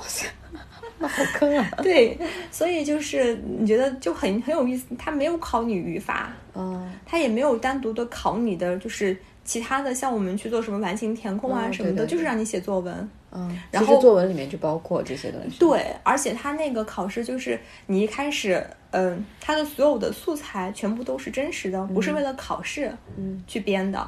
B: *laughs* 少 *laughs* 那好坑啊！
A: 对，所以就是你觉得就很很有意思，它没有考你语法，
B: *laughs* 哦，
A: 它也没有单独的考你的，就是其他的，像我们去做什么完形填空啊
B: 嗯
A: 什么的，
B: 对对
A: 就是让你写作文。
B: 嗯，
A: 然
B: 其实
A: 后
B: 作文里面就包括这些东西。
A: 对，而且它那个考试就是你一开始，嗯、它的所有的素材全部都是真实的，不是为了考试
B: 嗯
A: 去编的。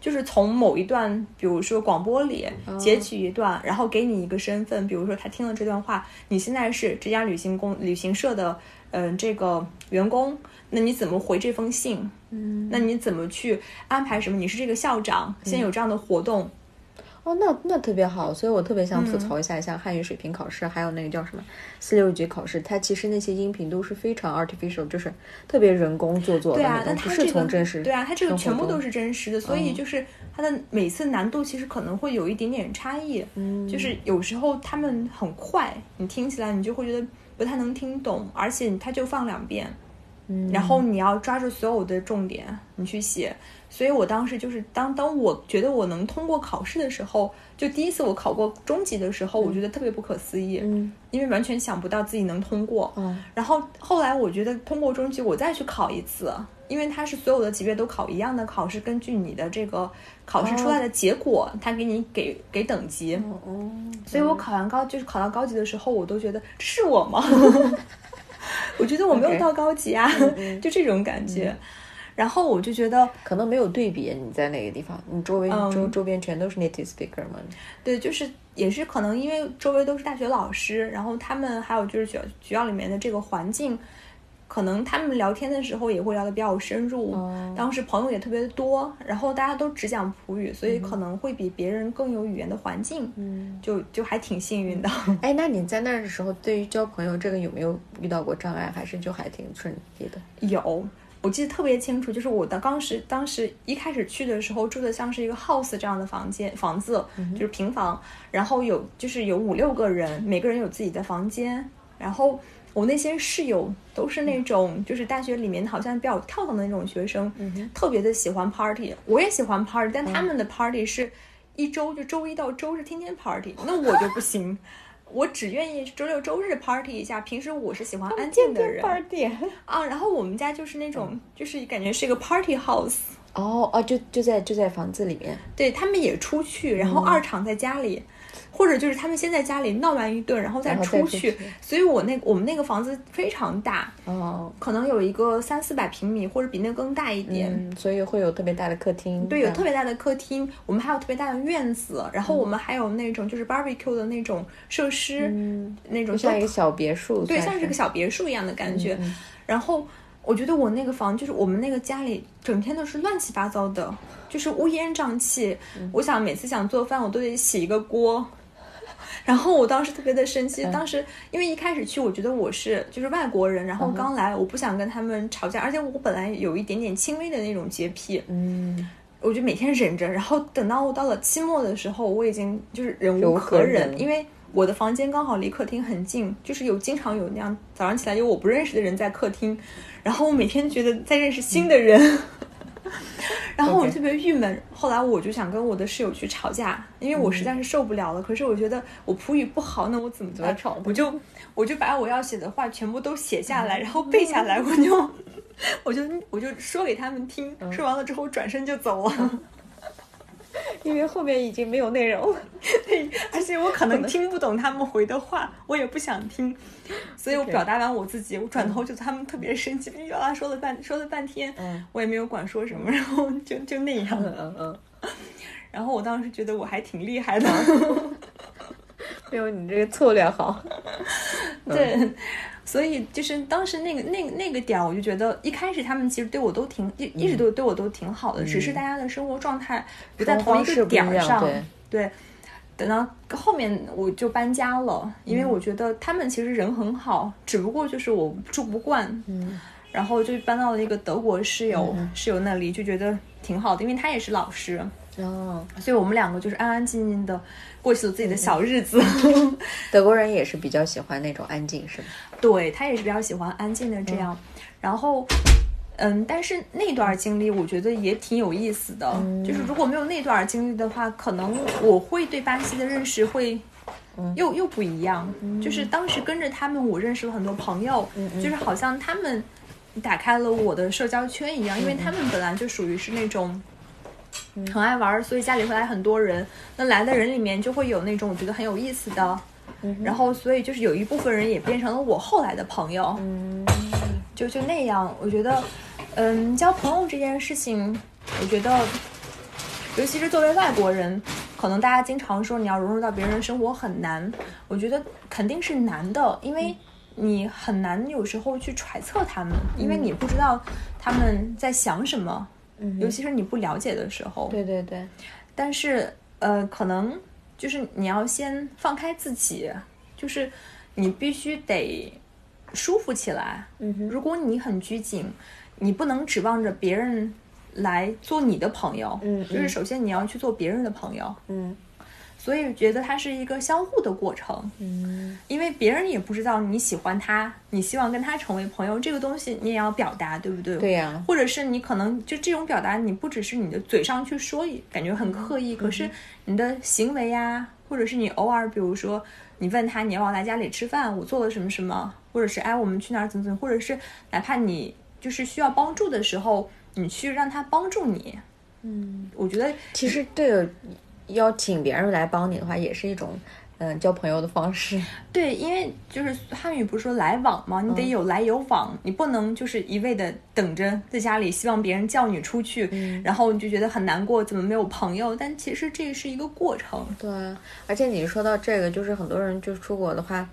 A: 就是从某一段，比如说广播里截取一段，然后给你一个身份，比如说他听了这段话，你现在是这家旅行公旅行社的，嗯、这个员工，那你怎么回这封信？嗯，那你怎么去安排什么？你是这个校长，现在有这样的活动，
B: 哦，那那特别好，所以我特别
A: 嗯
B: 想吐槽一下，像汉语水平考试，还有那个叫什么四六级考试，它其实那些音频都是非常 artificial，就是特别人工做作的
A: 对啊，
B: 那
A: 那
B: 种，不
A: 它
B: 是
A: 这个
B: 从真实
A: 对啊，它这个
B: 生活
A: 全部
B: 中嗯
A: 都是真实的，所以就是它的每次难度其实可能会有一点点差异，嗯，就是有时候他们很快，你听起来你就会觉得不太能听懂，而且它就放两遍，嗯，然后你要抓住所有的重点你去写，所以我当时就是当当我觉得我能通过考试的时候，就第一次我考过中级的时候，我觉得特别不可思议，
B: 嗯，
A: 因为完全想不到自己能通过，
B: 哦
A: 然后后来我觉得通过中级我再去考一次，因为它是所有的级别都考一样的考试，根据你的这个考试出来的结果，它给你给给等级。
B: 哦，
A: 所以我考完高就是考到高级的时候，我都觉得这是我吗？ *laughs* 我觉得我没有
B: OK
A: 到高级啊 *laughs* 就这种感觉。然后我就觉得，
B: 可能没有对比，你在哪个地方，你周围、
A: 嗯
B: 周周边全都是 native speaker 嘛，
A: 对，就是也是可能因为周围都是大学老师，然后他们还有就是学学校里面的这个环境，可能他们聊天的时候也会聊得比较深入。
B: 哦
A: 当时朋友也特别多，然后大家都只讲普语，所以可能会比别人更有语言的环境，
B: 嗯，
A: 就就还挺幸运的。
B: 哎，那你在那儿的时候，对于交朋友这个有没有遇到过障碍，还是就还挺顺利的？
A: 有，我记得特别清楚，就是我的当时当时一开始去的时候住的像是一个 house 这样的房间房子，就是平房，然后有就是有五六个人，每个人有自己的房间，然后。我那些室友都是那种，就是大学里面好像比较跳蚤的那种学生，特别的喜欢 party。我也喜欢 party，但他们的 party 是一周就周一到周日天天 party，那我就不行，我只愿意周六周日 party 一下。平时我是喜欢安静的人，
B: 点
A: 啊，然后我们家就是那
B: 嗯
A: 种，就是感觉是一个 party house，
B: 哦哦，就就在就在房子里面，
A: 对他们也出去，然
B: 嗯
A: 后二厂在家里，或者就是他们先在家里闹完一顿，然后再
B: 然后再
A: 出
B: 出
A: 去
B: 去。
A: 所以我那我们那个房子非常大，
B: 哦，
A: 可能有一个三四百平米，或者比那个更大一点。
B: 嗯，所以会有特别大的客厅，啊
A: 对，有特
B: 别
A: 别大的客厅，我们还有特别大的院子，然
B: 嗯
A: 后我们还有那种就是 barbecue 的那种设施，那种
B: 嗯像
A: 都
B: 一个小别墅，
A: 对，
B: 算
A: 像
B: 是
A: 是个小别墅一样的感觉。
B: 嗯嗯
A: 然后我觉得我那个房就是我们那个家里整天都是乱七八糟的，就是乌烟瘴气。
B: 嗯
A: 我想每次想做饭，我都得洗一个锅。 *laughs* 然后我当时特别的生
B: 嗯
A: 气，当时因为一开始去，我觉得我是就是外国人，然后
B: 嗯
A: 刚来，我不想跟他们吵架，而且我本来有一点点轻微的那种洁癖，
B: 嗯，
A: 我就每天忍着，然后等到我到了期末的时候，我已经就是忍
B: 忍
A: 无
B: 无
A: 可
B: 可
A: 忍，
B: 忍
A: 因为我的房间刚好离客厅很近，就是有经常有那样早上起来有我不认识的人在客厅，然后我每天觉得在认识新的人，
B: *laughs*
A: 然后我
B: OK
A: 特别郁闷。后来我就想跟我的室友去吵架，因为我实在是受不了了。可是我觉得我普语不好，那我怎么怎
B: 么吵呢
A: 我就我就把我要写的话全部都写下
B: 嗯
A: 来，然后背下来，我就。 *laughs* 我就我就说给他们听，
B: 嗯
A: 说完了之后转身就走了，
B: 因为后面已经没有内容了。
A: *laughs* 而且我可能听不懂他们回的话，我也不想听，所以我
B: OK
A: 表达完我自己，我转头就他们特别生气，噼里啪啦说了半说了半天，
B: 嗯
A: 我也没有管说什么，然后就就那样，
B: 嗯嗯嗯，
A: 然后我当时觉得我还挺厉害的，
B: *laughs* 啊
A: *laughs*
B: 没有你这个策略好。嗯
A: 对，所以就是当时那个那个那个点儿，我就觉得一开始他们其实对我都挺一一直都对我都挺好的，只是大家的生活状态不在
B: 生活
A: 同一
B: 嗯方式
A: 个
B: 不
A: 点
B: 一
A: 儿
B: 样
A: 上。
B: 对
A: 对等到后面我就搬家了，因为我觉得他们其实人很好，只不过就是我住不惯。嗯。然后就搬到了一个德国室友、
B: 嗯
A: 室友那里，就觉得挺好的，因为他也是老师。
B: 哦，
A: 所以我们两个就是安安静静的过起了
B: 嗯
A: 自己的小日
B: *laughs*
A: 子。
B: 德国人也是比较喜欢那种安静，是吧？
A: 对他也是比较喜欢安静的这样。然后，嗯，但是那段经历我觉得也挺有意思的，就是如果没有那段经历的话，可能我会对巴西的认识会。又又不一样，就是当时跟着他们，我认识了很多朋友，就是好像他们打开了我的社交圈一样，因为他们本来就属于是那种。很爱玩儿，所以家里会来很多人。那来的人里面就会有那种我觉得很有意思的，然后所以就是有一部分人也变成了我后来的朋友，就就那样。我觉得，嗯，交朋友这件事情，我觉得，尤其是作为外国人，可能大家经常说你要融入到别人的生活很难，我觉得肯定是难的，因为。你很难有时候去揣测他们，因为你不知道他们在想什么，尤其是你不了解的时候。
B: 对对对，
A: 但是呃，可能就是你要先放开自己，就是你必须得舒服起来。嗯哼，如果你很拘谨，你不能指望着别人来做你的朋友。
B: 嗯
A: 就是首先你要去做别人的朋友。
B: 嗯
A: 所以觉得它是一个相互的过程，
B: 嗯
A: 因为别人也不知道你喜欢他，你希望跟他成为朋友，这个东西你也要表达，对不对？
B: 对呀、
A: 或者是你可能就这种表达，你不只是你的嘴上去说，感觉很刻意，可是你的行为呀、或者是你偶尔，比如说你问他你要不要来家里吃饭，我做了什么什么，或者是哎我们去哪儿怎么怎么，或者是哪怕你就是需要帮助的时候，你去让他帮助你。嗯，我觉得
B: 其实这个邀请别人来帮你的话，也是一种嗯、交朋友的方式。
A: 对，因为就是汉语不是说来往吗？
B: 嗯
A: 你得有来有往，你不能就是一味的等着在家里，希望别人叫你出去，
B: 嗯
A: 然后你就觉得很难过，怎么没有朋友？但其实这是一个过程。
B: *laughs* 对啊，而且你说到这个，就是很多人就出国的话，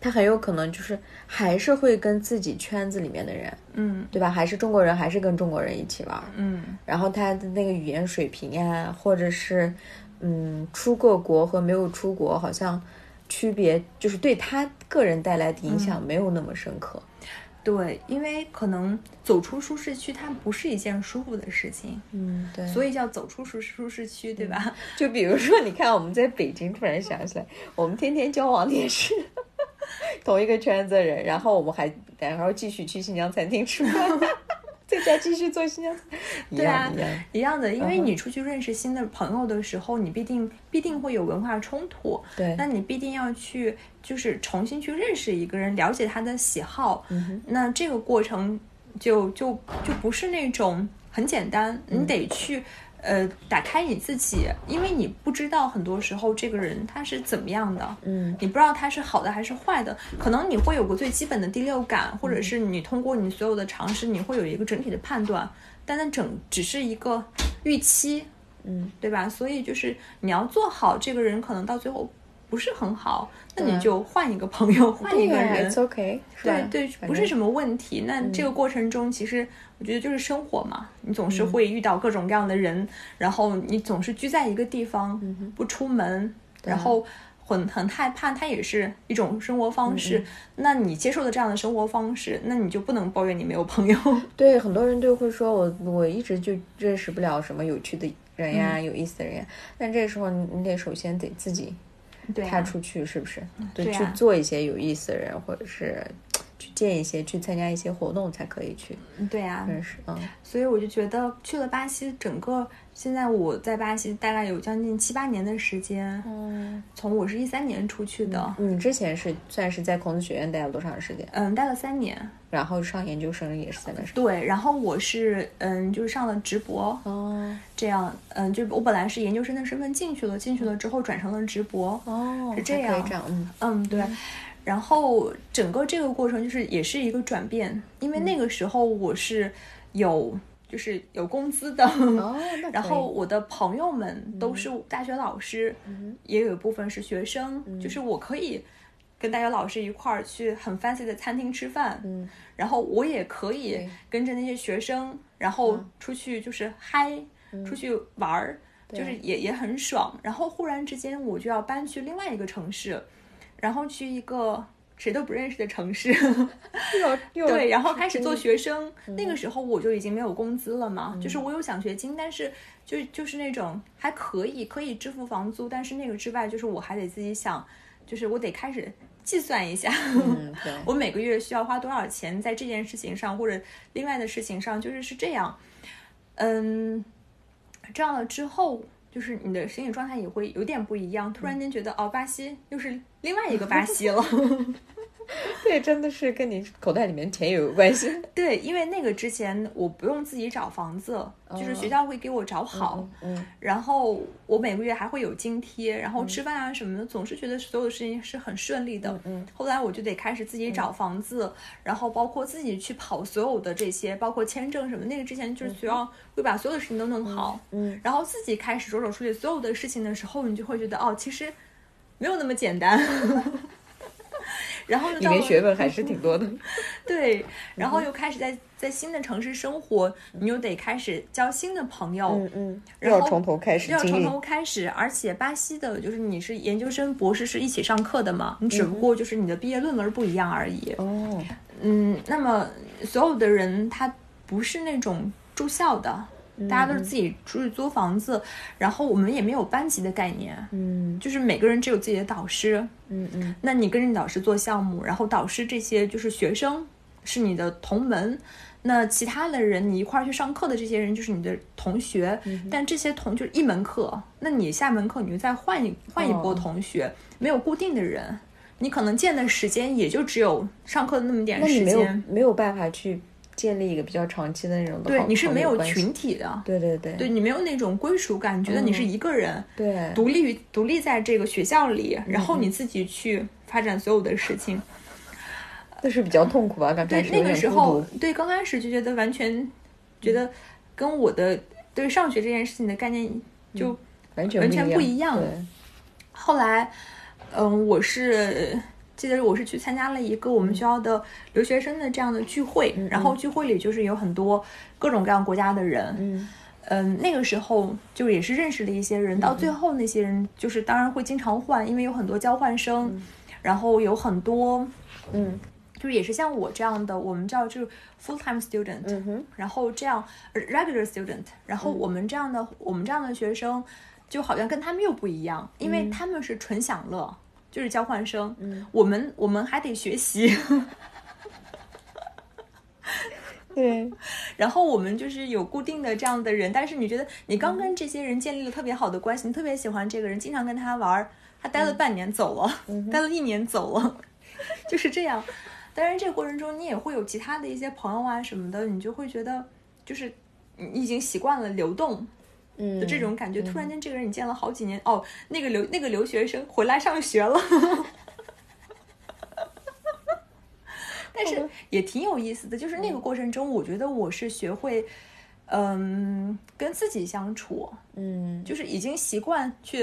B: 他很有可能就是还是会跟自己圈子里面的人，
A: 嗯
B: 对吧？还是中国人，还是跟中国人一起玩儿。
A: 嗯
B: 然后他的那个语言水平呀，或者是嗯出过国和没有出国，好像区别就是对他个人带来的影
A: 嗯
B: 响没有那么深刻。，
A: 对，因为可能走出舒适区，它不是一件舒服的事情，
B: 嗯，对。
A: 所以叫走出舒舒适区，对吧？
B: 就比如说，你看我们在北京，突然想起来，我们天天交往的也是 *laughs* 同一个圈子的人，然后我们还然后继续去新疆餐厅吃饭， *laughs* 在家继续做新疆餐，一
A: 对啊
B: 样一样。
A: *laughs* 一样的，
B: 嗯
A: 因为你出去认识新的朋友的时候，你必定必定会有文化冲突，
B: 对
A: 那你必定要去就是重新去认识一个人，了解他的喜好，
B: 嗯
A: 那这个过程就就就不是那种很简单，你得去。呃，打开你自己，因为你不知道很多时候这个人他是怎么样的，
B: 嗯，
A: 你不知道他是好的还是坏的，可能你会有个最基本的第六感，或者是你通过你所有的尝试，你会有一个整体的判断，但那整只是一个预期，
B: 嗯，
A: 对吧？所以就是你要做好，这个人可能到最后不是很好，那你就换一个朋友，换一个人
B: i，OK，是吧
A: 对对，
B: 反
A: 不是
B: 正
A: 什么问题。那这个过程中，其实我觉得就是生活嘛，你总是会遇到各种各样的人，然后你总是居在一个地方、不出门，然后很很害怕，它也是一种生活方式。那你接受了这样的生活方式，那你就不能抱怨你没有朋友。
B: 对，很多人就会说我我一直就认识不了什么有趣的人呀、有意思的人呀。但这时候你你得首先得自己
A: 对、
B: 踏
A: 啊，
B: 出去，是不是？对，
A: 对
B: 去
A: 啊
B: 做一些有意思的人，或者是去见一些、去参加一些活动，才可以去
A: 对啊，
B: 认识。嗯，
A: 所以我就觉得去了巴西，整个现在我在巴西大概有将近七八年的时间，
B: 嗯，
A: 从我是一三年出去的，
B: 你之前是算是在孔子学院待了多长时间？
A: 嗯，待了三年。
B: 然后上研究生也是在那上。
A: 对，然后我是嗯，就是上了直博，
B: 哦
A: 这样嗯，就我本来是研究生的身份进去了，进去了之后转成了直博，
B: 哦，
A: 是这
B: 还可以
A: 样
B: 这样，嗯
A: 嗯，对。然后整个这个过程就是也是一个转变，因为
B: 嗯
A: 那个时候我是有就是有工资的，
B: 哦，那
A: 然
B: 可以嗯
A: 后我的朋友们都是大学老师，也有一部分是学生，就是我可以跟大学老师一块儿去很 fancy 的餐厅吃饭，
B: 嗯
A: 然后我也可以
B: 对嗯
A: 跟着那些学生，然后出去就是嗨，出去玩儿，就是也也很爽。然后忽然之间我就要搬去另外一个城市，然后去一个谁都不认识的城市，
B: *laughs* 又
A: 对，然后开始做学生。那个时候我就已经没有工资了嘛，就是我有奖学金，但是就就是那种还可以可以支付房租，但是那个之外，就是我还得自己想，就是我得开始计算一下，
B: 嗯对，
A: *laughs*
B: *laughs*
A: 我每个月需要花多少钱在这件事情上或者另外的事情上，就是是这样。嗯，这样了之后，就是你的心理状态也会有点不一样。突然间觉得，哦，巴西又是另外一个巴西了。
B: 对，真的是跟你口袋里面钱也有关系。
A: 对，因为那个之前我不用自己找房子，就是学校会给我找好，
B: 嗯，
A: 然后我每个月还会有津贴，然后吃饭啊什么的，总是觉得所有的事情是很顺利的。
B: 嗯
A: 后来我就得开始自己找房子，然后包括自己去跑所有的这些，包括签证什么。那个之前就是需要会把所有的事情都弄好，
B: 嗯，
A: 然后自己开始着手处理所有的事情的时候，你就会觉得哦，其实没有那么简单。 *laughs* 然后就
B: 里
A: 到
B: 面
A: 了
B: 学问还是挺多的。嗯
A: 对，然后又开始在在新的城市生活，你又得开始交新的朋友，
B: 嗯，
A: 然后
B: 要从头开始
A: 要
B: 经
A: 从
B: 历。
A: 头开始，而且巴西的就是你是研究生、博士是一起上课的嘛，
B: 嗯
A: 你只不过就是你的毕业论文不一样而已。
B: 哦，
A: 嗯，那么所有的人他不是那种住校的，
B: 嗯
A: 大家都是自己出去租房子，然后我们也没有班级的概念，
B: 嗯
A: 就是每个人只有自己的导师。
B: 嗯嗯
A: 那你跟着导师做项目，然后导师这些就是学生是你的同门，那其他的人你一块儿去上课的这些人就是你的同学，
B: 嗯
A: 但这些同就是一门课，那你下门课你就再换一换一波
B: 哦
A: 同学，没有固定的人，你可能见的时间也就只有上课的那么点
B: 那你
A: 时
B: 没有
A: 间，
B: 没有办法去建立一个比较长期的那种的
A: 对，
B: 好
A: 你是
B: 朋
A: 没
B: 友
A: 有
B: 关系
A: 群体的，
B: 对对对
A: 对你没有那种归属感，你觉得你
B: 嗯
A: 是一个人。
B: 对嗯
A: 独立于独立在这个学校里，然后你自己去发展所有的事情，
B: 那是比较痛苦吧？刚开
A: 对
B: 始
A: 那
B: 有
A: 个
B: 点
A: 时
B: 孤
A: 候
B: 独，嗯
A: 对刚开始就觉得完全觉得跟我的对上学这件事情的概念就、
B: 完全
A: 完全不一样
B: 对
A: 后来，嗯，我是记得我是去参加了一个我们学校的留学生的这样的聚会，
B: 嗯
A: 然后聚会里就是有很多各种各样国家的人，
B: 嗯
A: 嗯，那个时候就也是认识了一些人，
B: 嗯
A: 到最后那些人就是当然会经常换，因为有很多交换生，然后有很多
B: 嗯
A: 就是也是像我这样的，我们叫就是 full time student，、
B: 嗯哼
A: 然后这样呃 regular student，然后我们这样的、我们这样的学生，就好像跟他们又不一样，因
B: 嗯
A: 为他们是纯享乐，就是交换生，我们我们还得学习，
B: 对
A: 然后我们就是有固定的这样的人，但是你觉得你刚跟这些人建立了特别好的关系，你特别喜欢这个人，经常跟他玩儿，他待了半年走了， *laughs* 待了一年走了， *laughs* 就是这样。当然，这个过程中你也会有其他的一些朋友啊什么的，你就会觉得就是你你已经习惯了流动
B: 嗯
A: 的这种感觉。突然间，这个人你见了好几年，哦，那个留那个留学生回来上学了。 *laughs* 但是也挺有意思的，就是那个过程中，我觉得我是学会，嗯，跟自己相处，
B: 嗯
A: 就是已经习惯去，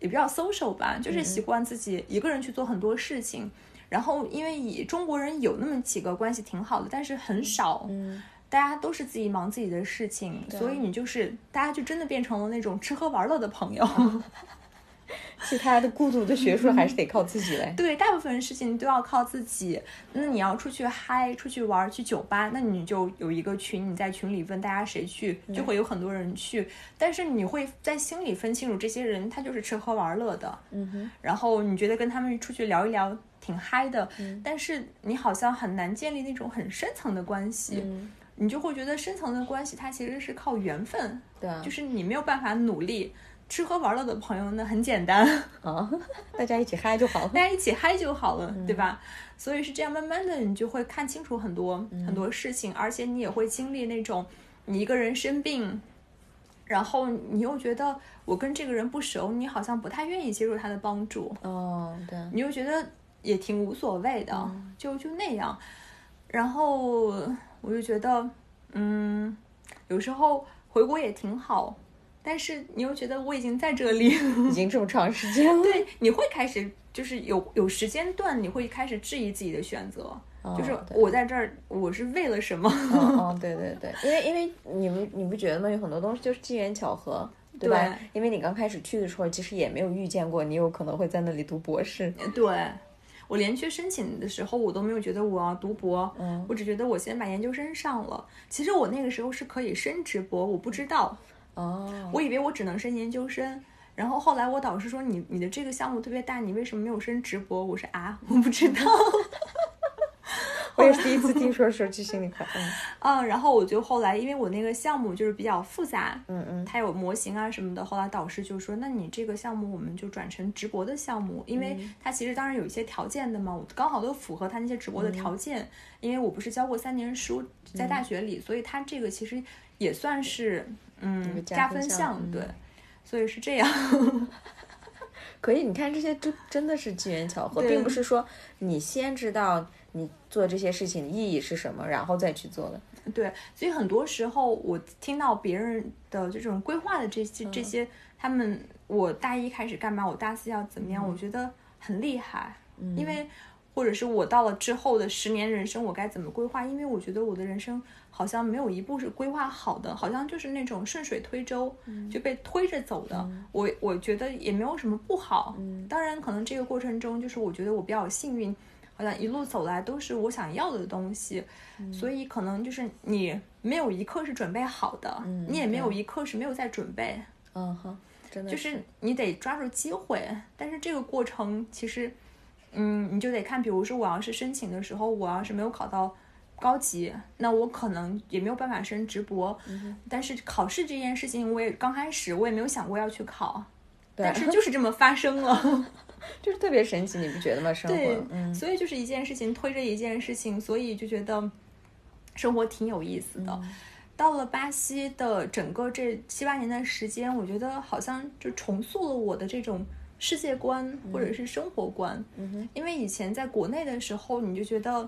A: 也不叫 social 吧，就是
B: 嗯
A: 习惯自己一个人去做很多事情。然后，因为以中国人有那么几个关系挺好的，但是很少，
B: 嗯
A: 大家都是自己忙自己的事情，所以你就是大家就真的变成了那种吃喝玩乐的朋
B: *laughs*
A: 友。
B: 其他的孤独的学术还是得靠自己来。
A: 嗯对，大部分事情都要靠自己。那你要出去嗨、出去玩、去酒吧，那你就有一个群，你在群里问大家谁去，就会有很多人去。但是你会在心里分清楚，这些人他就是吃喝玩乐的，
B: 嗯哼，
A: 然后你觉得跟他们出去聊一聊挺嗨的，
B: 嗯
A: 但是你好像很难建立那种很深层的关系。
B: 嗯
A: 你就会觉得深层的关系它其实是靠缘分，
B: 对啊，
A: 就是你没有办法努力。吃喝玩乐的朋友呢，很简单。
B: 啊， *laughs* 大家一起嗨就好了。
A: 大家一起嗨就好了，对吧？所以是这样，慢慢的你就会看清楚很多、很多事情，而且你也会经历那种你一个人生病，然后你又觉得我跟这个人不熟，你好像不太愿意接受他的帮助，
B: 哦，对，
A: 你又觉得也挺无所谓的，就就那样。然后我就觉得，嗯，有时候回国也挺好，但是你又觉得我已经在这里。
B: 已经这么长时间了。
A: 对，你会开始就是有有时间段，你会开始质疑自己的选择，
B: 哦
A: 就是
B: 对
A: 我在这儿，我是为了什么？
B: 哦哦，对对对，因为因为你们你不觉得吗？有很多东西就是机缘巧合，对吧？
A: 对
B: 因为你刚开始去的时候，其实也没有预见过你有可能会在那里读博士。
A: *laughs* 对。我连去申请的时候，我都没有觉得我要读博，
B: 嗯
A: 我只觉得我先把研究生上了。其实我那个时候是可以升职博，我不知道，
B: 哦，
A: 我以为我只能升研究生。然后后来我导师说你你的
B: *laughs*
A: 这个项目特别大，你为什么没有升直博？我说啊，我不知道。
B: 我也是第一次听说说去心理课，嗯
A: 嗯，然后我就后来，因为我那个项目就是比较复杂，
B: 嗯嗯，
A: 它有模型啊什么的。后来导师就说：“那你这个项目我们就转成直播的项目，因为
B: 嗯
A: 它其实当然有一些条件的嘛，我刚好都符合他那些直播
B: 嗯
A: 的条件。因为我不是教过三年书在大学里，所以它这个其实也算是
B: 一个
A: 嗯
B: 加
A: 加
B: 分
A: 分
B: 项
A: 项，
B: 嗯
A: 对。所以是这样，
B: 可哎以，你看这些真真的是机缘巧合，
A: 对
B: 并不是说你先知道你做这些事情的意义是什么，然后再去做的。
A: 对，所以很多时候我听到别人的这种规划的这些这些，他们我大一开始干嘛，我大四要怎么样，我觉得很厉害，因为或者是我到了之后的十年人生，我该怎么规划？因为我觉得我的人生好像没有一步是规划好的，好像就是那种顺水推舟，就被推着走的。我我觉得也没有什么不好，当然可能这个过程中就是我觉得我比较幸运。好像一路走来都是我想要的东西，所以可能就是你没有一刻是准备好的，你也没有一刻是没有在准备，
B: 嗯哼，真的
A: 就是是你得抓住机会。但是这个过程其实，嗯，你就得看，比如说我要是申请的时候，我要是没有考到高级，那我可能也没有办法升直博。但是考试这件事情，我也刚开始我也没有想过要去考，但是就是这么发生了。
B: 就是特别神奇，你不觉得吗？生
A: 对
B: 活，，嗯，
A: 所以就是一件事情推着一件事情，所以就觉得生活挺有意思的。
B: 嗯
A: 到了巴西的整个这七八年的时间，我觉得好像就重塑了我的这种世界观或者是生活观。
B: 嗯哼
A: 因为以前在国内的时候，你就觉得，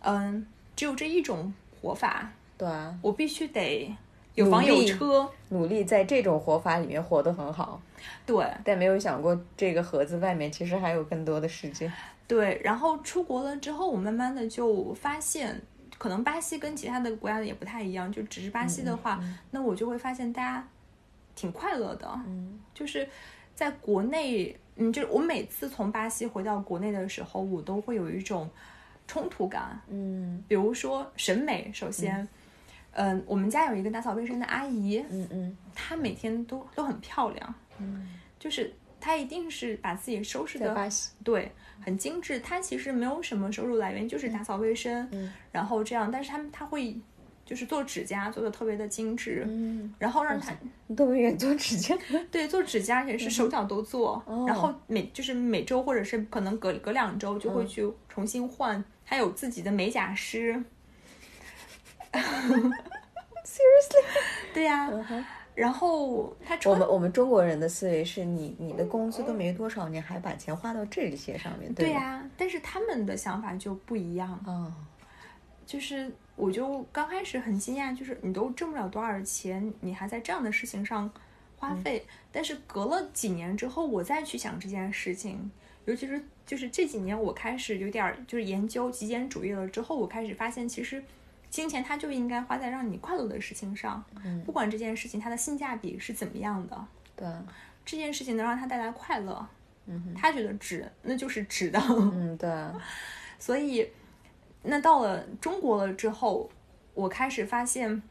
A: 嗯，只有这一种活法，
B: 对啊，
A: 我必须得有
B: 努
A: 房有
B: 力
A: 车。
B: 努力在这种活法里面活得很好，
A: 对，
B: 但没有想过这个盒子外面其实还有更多的世界。
A: 对，然后出国了之后，我慢慢的就发现，可能巴西跟其他的国家也不太一样，就只是巴西的话，那我就会发现大家挺快乐的，
B: 嗯，
A: 就是在国内，嗯，就是我每次从巴西回到国内的时候，我都会有一种冲突感，
B: 嗯
A: 比如说审美，首先。嗯我们家有一个打扫卫生的阿姨，
B: 嗯嗯，
A: 她每天都都很漂亮，嗯，就是她一定是把自己收拾
B: 在
A: 的
B: 巴西，
A: 对，很精致。它其实没有什么收入来源，
B: 嗯
A: 就是打扫卫生，然后这样。但是他们他会就是做指甲，做的特别的精致，
B: 嗯，
A: 然后让他
B: 你动物园做指甲，
A: 对做指甲也是手脚都做，然后
B: 嗯哦
A: 每就是每周或者是可能隔隔两周就会
B: 嗯
A: 去重新换，还有自己的美甲
B: *laughs*
A: 师。Seriously？对呀、
B: 哼
A: 然后他
B: 嗯我
A: 穿
B: 们我们中国人的思维是你你的工资都没多少，你还把钱花到这些上面，
A: 对
B: 吧？
A: 呀、但是他们的想法就不一样。
B: 哦，
A: 就是我就刚开始很惊讶，就是你都挣不了多少钱，你还在这样的事情上花费。但是隔了几年之后，我再去想这件事情，尤其是就是这几年我开始有点儿就是研究极简主义了之后，我开始发现其实。金钱它就应该花在让你快乐的事情上，不管这件事情它的性价比是怎么样的，
B: 对啊，
A: 这件事情能让他带来快乐，他觉得值，那就是值的。
B: 嗯对啊，
A: 所以，那到了中国了之后，我开始发现，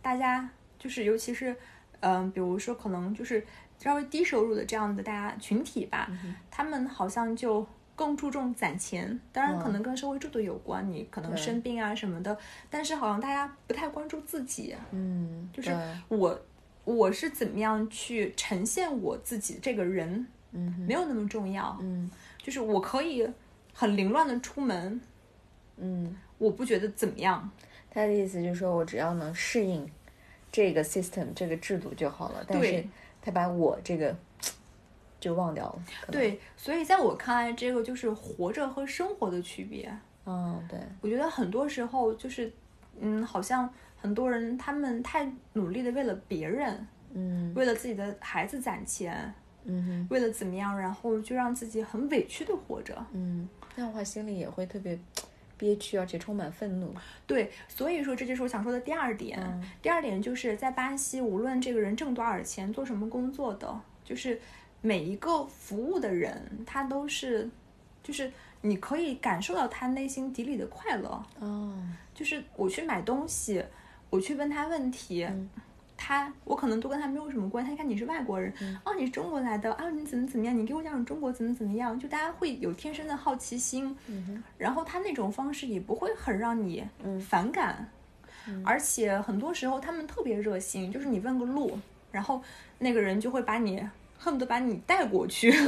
A: 大家就是尤其是，嗯、比如说可能就是稍微低收入的这样的大家群体吧，
B: 嗯
A: 他们好像就更注重攒钱。当然，可能跟社会制度有关，你可能
B: 嗯对
A: 生病啊什么的，但是好像大家不太关注自己，
B: 嗯，
A: 就是
B: 对啊
A: 我我是怎么样去呈现我自己这个人，嗯，没有那么重要，
B: 嗯
A: 就是我可以很凌乱的出门，
B: 嗯。
A: 我不觉得怎么样。
B: 他的意思就是说我只要能适应这个 system 这个制度就好了，但是
A: 对
B: 他把我这个就忘掉了。可能，
A: 对，所以在我看来，这个就是活着和生活的区别。
B: 嗯，对，
A: 我觉得很多时候就是，嗯，好像很多人他们太努力的为了别人，
B: 嗯
A: 为了自己的孩子攒钱，
B: 嗯哼
A: 为了怎么样，然后就让自己很委屈的活着。
B: 嗯，那样的话心里也会特别憋屈，而且充满愤怒。
A: 对，所以说这就是我想说的第二点。
B: 嗯
A: 第二点就是在巴西，无论这个人挣多少钱，做什么工作的，就是每一个服务的人，他都是，就是你可以感受到他内心底里的快乐。
B: 哦，
A: 就是我去买东西，我去问他问题，他，我可能都跟他没有什么关系。他看你是外国人，哦，你是中国来的，啊，你怎么怎么样，你给我讲中国怎么怎么样，就大家会有天生的好奇心，然后他那种方式也不会很让你反感，而且很多时候他们特别热心，就是你问个路，然后那个人就会把你恨不得把你带过去。 *laughs*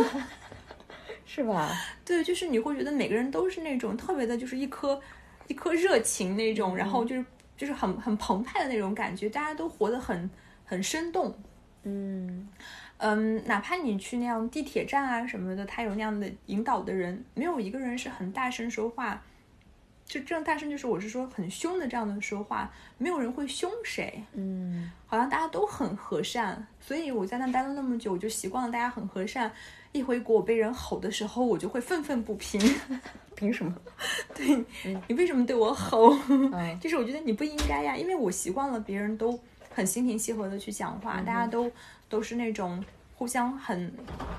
B: 是吧？
A: 对，就是你会觉得每个人都是那种特别的，就是一颗一颗热情那种，然后就是就是很很澎湃的那种感觉，大家都活得很很生动。
B: 嗯，
A: 嗯，哪怕你去那样地铁站啊什么的，他有那样的引导的人，没有一个人是很大声说话，就这样大声就是我是说很凶的这样的说话，没有人会凶谁。
B: 嗯，
A: 好像大家都很和善，所以我在那待了那么久，我就习惯了大家很和善。一回国我被人吼的时候，我就会愤愤不平。
B: 凭什么？
A: 对你为什么对我吼？
B: *laughs*
A: *laughs*
B: 嗯
A: 就是我觉得你不应该呀，因为我习惯了别人都很心平气和的去讲话，大家都都是那种互相很，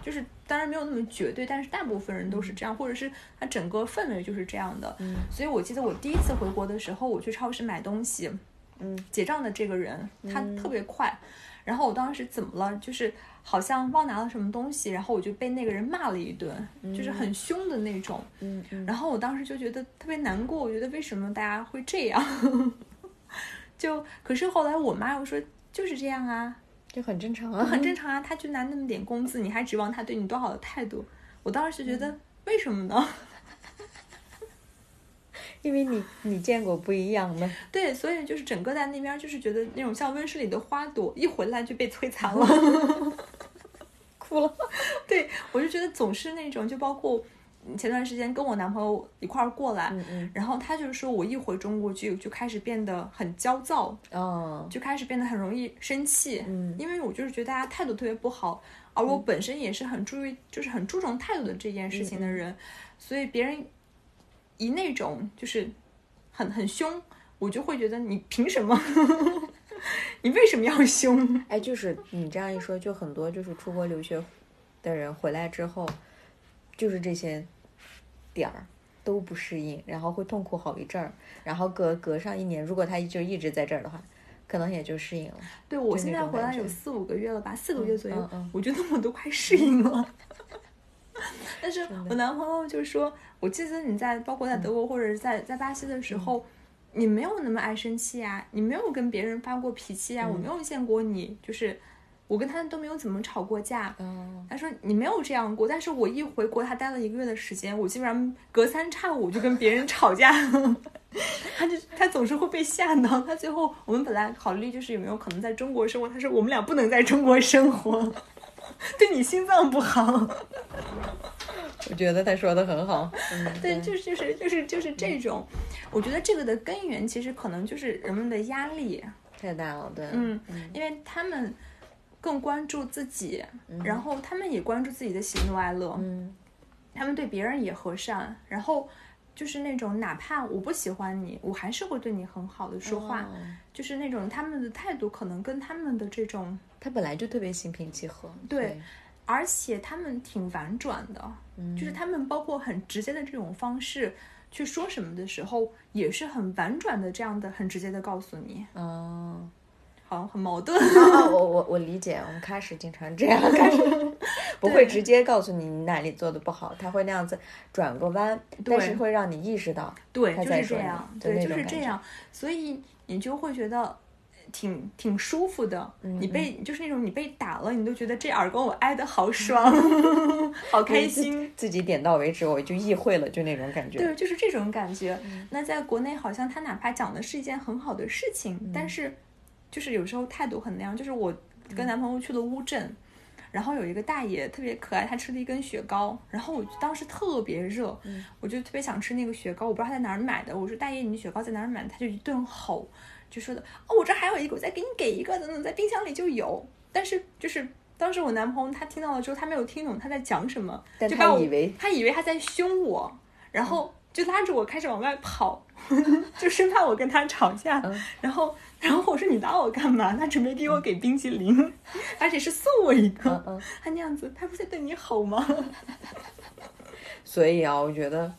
A: 就是当然没有那么绝对，但是大部分人都是这样，或者是他整个氛围就是这样的。所以我记得我第一次回国的时候，我去超市买东西，
B: 嗯，
A: 结账的这个人他特别快，然后我当时怎么了？就是好像忘拿了什么东西，然后我就被那个人骂了一顿，就是很凶的那种。
B: 嗯嗯
A: 然后我当时就觉得特别难过，我觉得为什么大家会这样？ *laughs* 就可是后来我妈又说就是这样啊，
B: 这很正常啊， *laughs*
A: 很正常啊，他就拿那么点工资，你还指望他对你多好的态度？我当时就觉得
B: 嗯
A: 为什么呢？ *laughs*
B: 因为你你见过不一样的，
A: 对，所以就是整个在那边就是觉得那种像温室里的花朵，一回来就被摧残了。 *laughs*
B: 哭了。
A: 对我就觉得总是那种，就包括嗯前段时间跟我男朋友一块儿过来，
B: 嗯
A: 然后他就说我一回中国就就开始变得很焦躁，
B: 嗯，哦，
A: 就开始变得很容易生气，
B: 嗯
A: 因为我就是觉得大家态度特别不好，而我本身也是很注意，就是很注重态度的这件事情的人，所以别人以那种就是很很凶，我就会觉得你凭什么？ *laughs* 你为什么要凶？
B: 哎，就是你这样一说，就很多就是出国留学的人回来之后，就是这些点儿都不适应，然后会痛苦好一阵儿，然后隔隔上一年，如果他就一直在这儿的话，可能也就适应了。
A: 对我
B: 就那
A: 现在
B: 种
A: 回
B: 感
A: 来有
B: 觉
A: 四五个月了吧，四个月左右，
B: 嗯嗯
A: 我觉得我都快适应了。 *laughs* 但是我男朋友就说，我记得你在包括
B: 嗯
A: 在德国或者是在在巴西的时候，你没有那么爱生气啊，你没有跟别人发过脾气啊，
B: 嗯
A: 我没有见过你，就是我跟他都没有怎么吵过架。
B: 哦，
A: 他说你没有这样过，但是我一回国，他待了一个月的时间，我基本上隔三差五就跟别人吵架， *laughs* 他就他总是会被吓到。他最后我们本来考虑就是有没有可能在中国生活，他说我们俩不能在中国生活， *laughs* 对你心脏不好。
B: 我觉得他说的很好。嗯，
A: 对，就是就是就是就是这种，我觉得这个的根源其实可能就是人们的压力，
B: 太大了，对，
A: 嗯，因为他们更关注自己，然后他们也关注自己的喜怒哀乐，
B: 嗯
A: 他们对别人也和善，然后就是那种哪怕我不喜欢你，我还是会对你很好的说话，
B: 哦
A: 就是那种他们的态度可能跟他们的这种，
B: 他本来就特别心平气和，
A: 对
B: 所以
A: 而且他们挺婉转的，就是他们包括很直接的这种方式去说什么的时候，也是很婉转的这样的，很直接的告诉你，
B: 哦。
A: *laughs* 好像很矛盾。
B: 啊，我我我理解，我们开始经常这样，
A: *laughs*
B: 开始不会直接告诉你你哪里做的不好，他会那样子转个弯，但是
A: 对
B: 会让你意识到，
A: 对，
B: 他
A: 就
B: 在
A: 是这
B: 说你
A: 样，
B: 就
A: 对，
B: 那
A: 就
B: 种
A: 是
B: 感
A: 这
B: 觉
A: 样，所以你就会觉得挺挺舒服的。
B: 嗯
A: 你被就是那种你被打了，你都觉得这耳光我挨得好爽，
B: 嗯
A: *laughs* 好开心。
B: 自己点到为止，我就意会了，就那种感觉。
A: 对，就是这种感觉。那在国内好像他哪怕讲的是一件很好的事情，但是就是有时候态度很那样。就是我跟男朋友去了乌镇，然后有一个大爷特别可爱，他吃了一根雪糕，然后我当时特别热，我就特别想吃那个雪糕，我不知道他在哪儿买的，我说大爷你雪糕在哪儿买的，他就一顿吼，就说的哦我这还有一个，我再给你给一个，等等，在冰箱里就有，但是就是。当时我男朋友他听到了之后，他没有听懂他在讲什么，
B: 但
A: 就
B: 他
A: 把我
B: 以为
A: 他以为他在凶我，然后就拉着我开始往外跑， *laughs* 就生怕我跟他吵架。
B: 嗯
A: *laughs* 然后，然后我说你拉我干嘛？他准备给我给冰淇淋， *laughs* 而且是送我一
B: 嗯
A: 个 *laughs*
B: 嗯。
A: 他那样子，他不是在对你吼吗？
B: 所以啊，我觉得。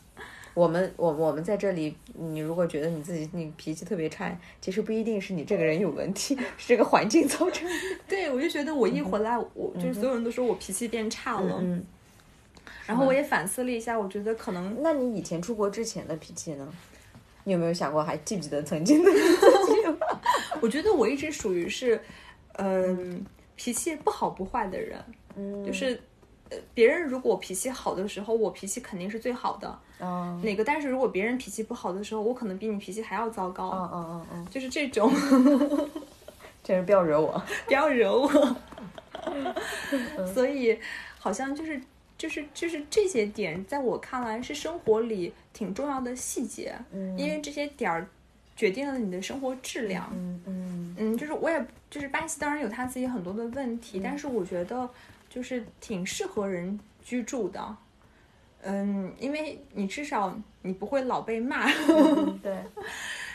B: 我们我我们在这里，你如果觉得你自己你脾气特别差，其实不一定是你这个人有问题，是这个环境造成
A: *laughs*
B: 的。
A: *laughs* 对，我就觉得我一回来，我就是所有人都说我脾气变差了。
B: 嗯，
A: 然后我也反思了一下，我觉得可能
B: 那你以前出国之前的脾气呢？你有没有想过，还记不记得曾经的你自己了？
A: 我觉得我一直属于是，嗯、脾气不好不坏的人，
B: 嗯
A: 就是，呃，别人如果脾气好的时候，我脾气肯定是最好的
B: 嗯
A: 那个，但是如果别人脾气不好的时候，我可能比你脾气还要糟糕，
B: 嗯嗯嗯嗯，
A: 就是这种， *laughs*
B: 这人不要惹我。
A: 不要惹我。 *laughs* 所以，好像就是就是就是这些点，在我看来是生活里挺重要的细节，嗯因为这些点儿决定了你的生活质量。
B: 嗯
A: *laughs*
B: 嗯
A: 嗯，就是我也就是巴西，当然有他自己很多的问题，
B: 嗯
A: 但是我觉得就是挺适合人居住的。嗯，因为你至少你不会老被骂， *laughs*
B: 嗯，对，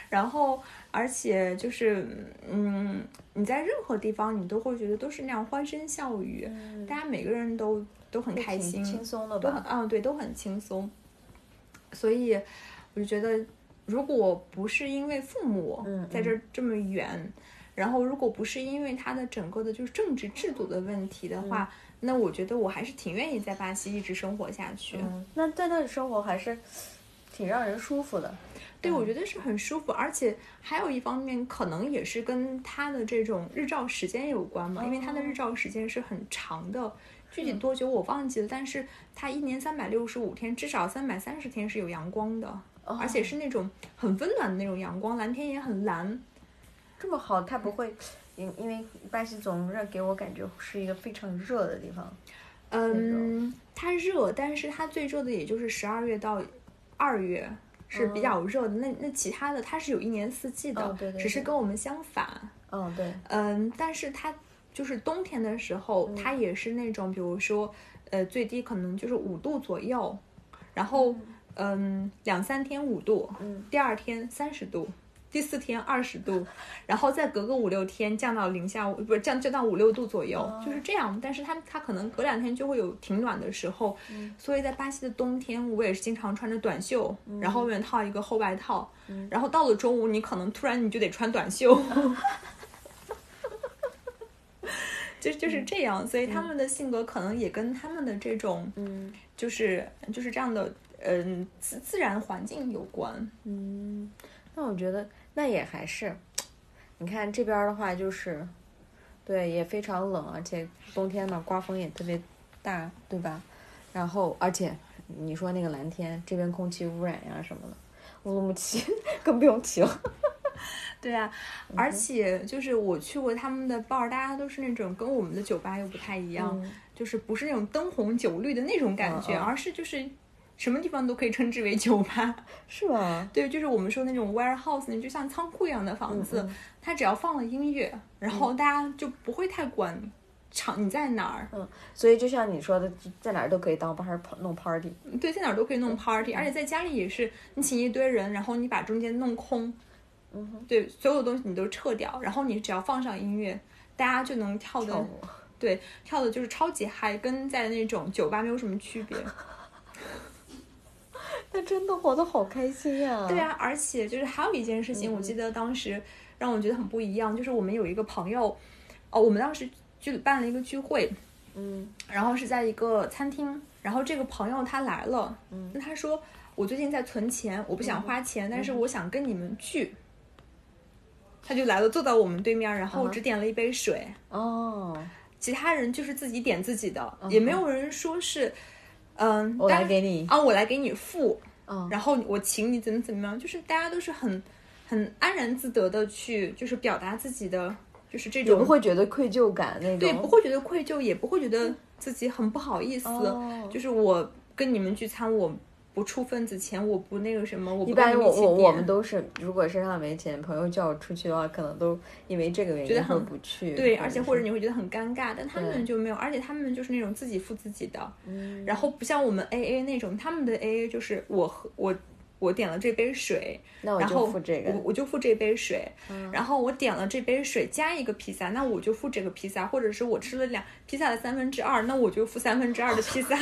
A: 然后而且就是嗯，你在任何地方你都会觉得都是那样欢声笑语，大家每个人都都很嗯开心，
B: 嗯挺轻松的
A: 都很
B: 吧？
A: 啊，对，都很轻松。所以我就觉得，如果不是因为父母
B: 嗯
A: 在这儿这么远，然后如果不是因为他的整个的就是政治制度的问题的话，
B: 嗯
A: 那我觉得我还是挺愿意在巴西一直生活下去。
B: 嗯，那在那里生活还是挺让人舒服的。
A: 对，
B: 嗯
A: 我觉得是很舒服，而且还有一方面可能也是跟他的这种日照时间有关嘛，因为他
B: 哦
A: 的日照时间是很长的。具
B: 嗯
A: 体多久我忘记了，但是它一年三百六十五天，至少三百三十天是有阳光的，
B: 哦
A: 而且是那种很温暖的那种阳光，蓝天也很蓝。
B: 这么好，它不会，因因为巴西总热给我感觉是一个非常热的地方。
A: 嗯，它热，但是它最热的也就是十二月到二月是比较热的。那那其他的它是有一年四季的，
B: 哦哦对对
A: 只是
B: 对
A: 跟我们相反。
B: 嗯，对，
A: 嗯，但是它就是冬天的时候，它也是那种，比如说，呃，最低可能就是五度左右，然后，嗯，两三天五度，
B: 嗯，
A: 第二天三十度，第四天二十度，然后再隔个五六天降到零下，不是降降到五六度左右，就是这样。但是它它可能隔两天就会有挺暖的时候，所以在巴西的冬天，我也是经常穿着短袖，然后外面套一个厚外套，然后到了中午，你可能突然你就得穿短袖。就就是
B: 嗯
A: 这样，所以他们的性格可能也跟他们的这种，
B: 嗯
A: 就是就是这样的，嗯，自自然环境有关。
B: 嗯，那我觉得那也还是，你看这边儿的话就是，对，也非常冷，而且冬天嘛，刮风也特别大，对吧？然后而且你说那个蓝天，这边空气污染呀、什么的，乌鲁木齐 *laughs* 更不用提了。
A: 对啊，
B: 嗯
A: 而且就是我去过他们的 bar，大家都是那种跟我们的酒吧又不太一样，就是不是那种灯红酒绿的那种感觉，
B: 嗯嗯嗯
A: 而是就是什么地方都可以称之为酒吧。 *laughs*
B: 是吧？
A: 对，就是我们说那种 warehouse，那就像仓库一样的房子，
B: 嗯
A: 它只要放了音乐，然后大家就不会太管场你在哪儿，
B: 所以就像你说的，在哪儿都可以当 par 弄 party。
A: 对，在哪儿都可以弄 party，而且在家里也是，你请一堆人，然后你把中间弄空，
B: 嗯哼，
A: 对，所有东西你都撤掉，然后你只要放上音乐，大家就能跳的，
B: 跳舞
A: 对，跳的就是超级嗨，跟在那种酒吧没有什么区
B: *laughs*
A: 别。
B: 那真的活得好开心呀、
A: 对啊，而且就是还有一件事情，我记
B: 嗯
A: 得当时让我觉得很不一样，就是我们有一个朋友，哦，我们当时就办了一个聚会，
B: 嗯，
A: 然后是在一个餐厅，然后这个朋友他来了，
B: 嗯，
A: 那他说我最近在存钱，我不想花钱，但是我想跟你们聚。他就来了，坐到我们对面，然
B: 嗯
A: 后只点了一杯水
B: 哦，
A: 其他人就是自己点自己的也没有人说是，嗯，
B: 嗯我
A: 大
B: 来
A: 家
B: 给你
A: 啊，我来给你付，
B: 嗯
A: 然后我请你怎么怎么样，就是大家都是很很安然自得的去，就是表达自己的，就是这
B: 也不
A: 种
B: 会觉得愧疚感那种。
A: 对，不会觉得愧疚，也不会觉得自己很不好意思。
B: 嗯哦
A: 就是我跟你们聚餐，我不出份子钱，我不那个什么，我不
B: 一
A: 跟你
B: 般我
A: 一起
B: 我我
A: 点
B: 们都是，如果身上没钱，朋友叫我出去的话，可能都因为这个原
A: 觉得
B: 因会
A: 很
B: 不去。
A: 对，而且或者
B: 是
A: 你会觉得很尴尬，但他
B: 嗯对嗯
A: 们就没有，而且他们就是那种自己付自己的，然后不像我们 A A 那种，他们的 A A 就是我和我我点了这杯水，
B: 那我
A: 然
B: 就
A: 后
B: 付这个嗯
A: 我我就付这杯水，然后我点了这杯水加一个披萨，那我就付这个披萨，或者是我吃了两披萨的三分之二，那我就付三分之二的披萨， *laughs*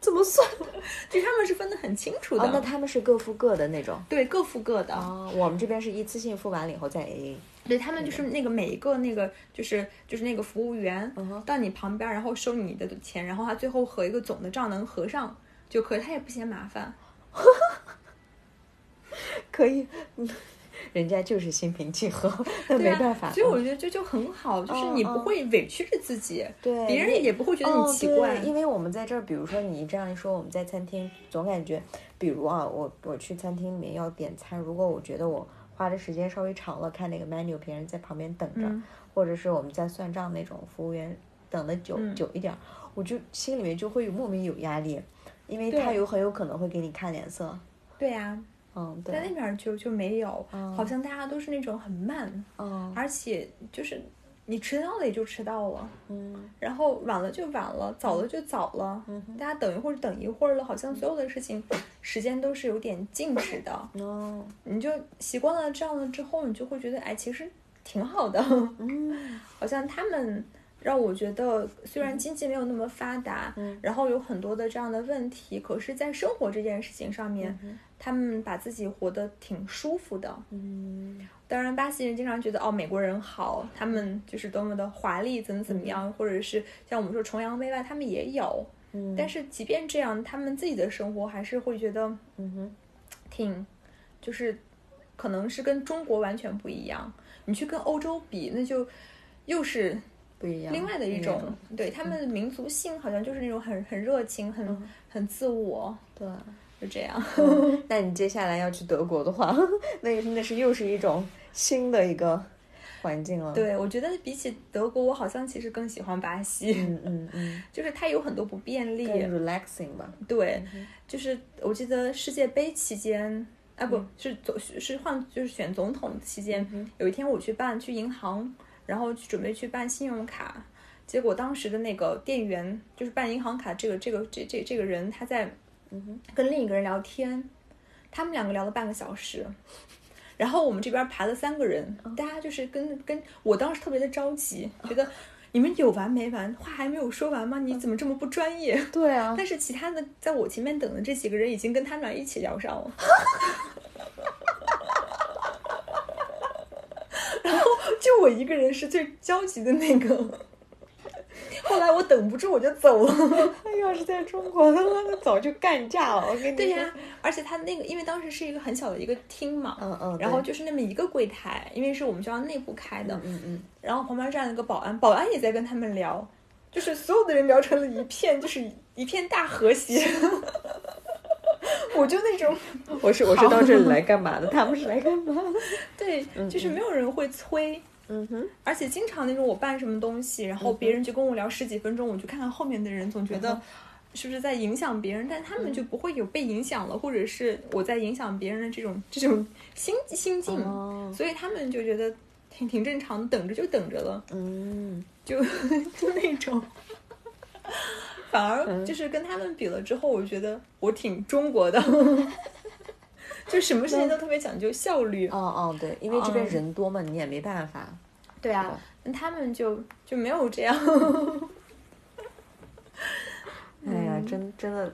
B: 怎么算的？
A: 就他们是分得很清楚的，
B: 哦，那他们是各付各的那种。
A: 对各付各的，
B: 哦，我们这边是一次性付完了以后再 AA。
A: 对他们就是那个每一个那个就是就是那个服务员
B: 嗯哼
A: 到你旁边，然后收你的钱，然后他最后和一个总的账能合上就可以，他也不嫌麻
B: 哦
A: 烦。
B: 可以，嗯 *laughs* 人家就是心平气和， *laughs* 那
A: 对
B: 没
A: 啊
B: 办法。
A: 所以我觉得这就很好，就是
B: 嗯
A: 你
B: 嗯
A: 不会委屈着自己，
B: 对
A: 别
B: 你
A: 人也不会觉得你奇怪。
B: 哦对因为我们在这儿，比如说你这样一说，我们在餐厅总感觉，比如啊，我我去餐厅里面要点餐，如果我觉得我花的时间稍微长了，看那个 menu，别人在旁边等着，
A: 嗯
B: 或者是我们在算账那种服务员等的久、
A: 嗯
B: 久一点儿，我就心里面就会莫名有压力，因为他
A: 对
B: 有很有可能会给你看脸色。
A: 对呀、
B: 嗯，
A: 在
B: 对
A: 那，边儿就就没有，
B: 嗯
A: 好像大家都是那种很慢，
B: 嗯
A: 而且就是你迟到了也就迟到了，
B: 嗯
A: 然后晚了就晚了，早了就早了，大家等一会儿等一会儿了，好
B: 嗯
A: 像所有的事情时间都是有点静止的，
B: 哦
A: 你就习惯了这样了之后，你就会觉得哎，其实挺好的，
B: 嗯
A: *laughs* 好像他们。让我觉得，虽然经济没有那么发达，
B: 嗯
A: 然后有很多的这样的问题，可是，在生活这件事情上面，他们把自己活得挺舒服的。
B: 嗯
A: 当然，巴西人经常觉得哦，美国人好，他们就是多么的华丽，怎么怎么样，或者是像我们说崇洋媚外，他们也有。
B: 嗯，
A: 但是即便这样，他们自己的生活还是会觉得
B: 嗯哼
A: 挺，就是可能是跟中国完全不一样。你去跟欧洲比，那就又是
B: 不一
A: 嗯
B: 样，
A: 另外的一
B: 那
A: 种。对他们的民族性，好像就是那种很很热情、很很自我，
B: 对。
A: 就这 *laughs* 样。
B: 那你接下来要去德国的话， *laughs* 那那是又是一种新的一个环境了。，
A: 对我觉得比起德国，我好像其实更喜欢巴西。
B: 嗯嗯嗯，
A: *laughs* 就是它有很多不便利，
B: 更 relaxing 吧。
A: 对，就是我记得世界杯期间啊，不是总是是换就是选总统期间，有一天我去办去银行，然后去准备去办信用卡，结果当时的那个店员就是办银行卡这个这个这这这个人他在跟另一个人聊天，他们两个聊了半个小时。然后我们这边排了三个人，大家就是跟跟我当时特别的着急，觉得你们有完没完？话还没有说完吗？你怎么这么不专业？
B: 对啊，
A: 但是其他的在我前面等的这几个人已经跟他们俩一起聊上了，然后就我一个人是最焦急的那个。后来我等不住我就走了。
B: *laughs* 要是在中国 *laughs* 的话，那早就干架了。我跟你
A: 对
B: 说
A: 呀、 *laughs* 而且他那个因为当时是一个很小的一个厅嘛，
B: 嗯嗯对
A: 然后就是那么一个柜台，因为是我们学校内部开的，
B: 嗯嗯，
A: 然后旁边站了个保安，保安也在跟他们聊，就是所有的人聊成了一片，就是一片大和谐。 *laughs* 我就那种，
B: 我是我是到这里来干嘛 *laughs* 的？他们是来干嘛的？
A: 对，就是没有人会催，
B: 嗯哼，
A: 而且经常那种我办什么东西，然后别人就跟我聊十几分钟，我就看看后面的人，总觉得是不是在影响别人，但他们就不会有被影响了，或者是我在影响别人的这种这种心心境，
B: 哦
A: 所以他们就觉得挺挺正常的，等着就等着了。 *laughs*
B: 嗯，
A: 就就那种。反而就是跟他们比了之后，我觉得我挺中国的，就什么事情都特别讲究效率
B: 哦。哦对，因为这边
A: 嗯
B: 人多嘛，你也没办法。
A: 对啊，那他们就就没有这样。
B: 哎呀，真真的。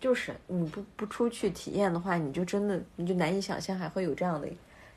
B: 就是你不不出去体验的话，你就真的你就难以想象还会有这样的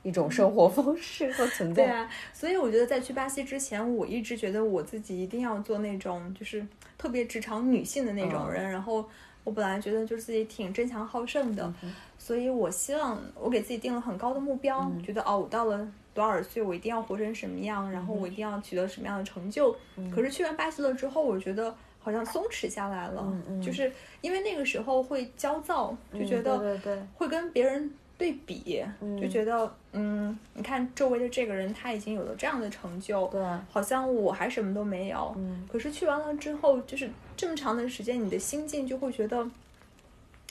B: 一种生活方式和存
A: 对
B: 在。
A: 啊，所以我觉得在去巴西之前，我一直觉得我自己一定要做那种就是特别职场女性的那
B: 嗯
A: 种人。然后我本来觉得就是自己挺争强好胜
B: 嗯
A: 的，所以我希望我给自己定了很高的目标，
B: 嗯
A: 觉得哦，我到了多少岁，我一定要活成什么样，然后我一定要取得什么样的成就。
B: 嗯
A: 可是去完巴西了之后，我觉得。好像松弛下来了，
B: 嗯
A: 就是因为那个时候会焦躁，就觉
B: 嗯
A: 得
B: 对对对
A: 会跟别人对比，就觉得嗯，你看周围的这个人他已经有了这样的成就，
B: 对啊
A: 好像我还什么都没有。
B: 嗯
A: 可是去完了之后，就是这么长的时间，你的心境就会觉得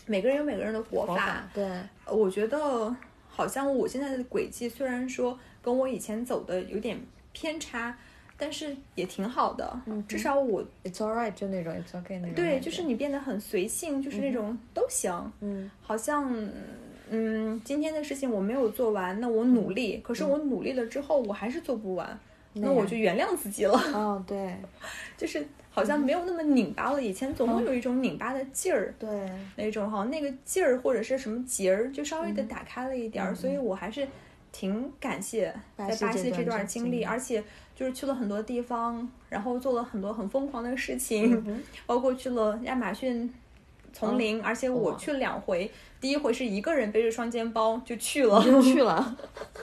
A: 每个人有每个人的活法。
B: 对，
A: 我觉得好像我现在的轨迹虽然说跟我以前走的有点偏差，但是也挺好的，至少我
B: It's alright，就那种 It's okay 那种感觉。
A: 对，就是你变得很随性，就是那种都行。
B: 嗯
A: 好像嗯，今天的事情我没有做完，那我努力，可是我努力了之后，我还是做不完，那我就原谅自己了， *laughs*
C: 哦，对
A: 就是好像没有那么拧巴了。以前总会有一种拧巴的劲儿，
B: *laughs*
C: 对，
A: 那种哈，那个劲儿或者是什么结儿，就稍微的打开了一点儿，所以我还是挺感谢
C: 巴
A: 在
C: 西
A: 巴
C: 这
A: 西
C: 段
A: 这段
C: 经
A: 经历，
C: 历
A: 而且就是去了很多地方，然后做了很多很疯狂的事情，包括去了亚马逊丛林，而且我
B: 哇
A: 去两回，第一回是一个人背着双肩包就去了，
B: 就去了。 *laughs*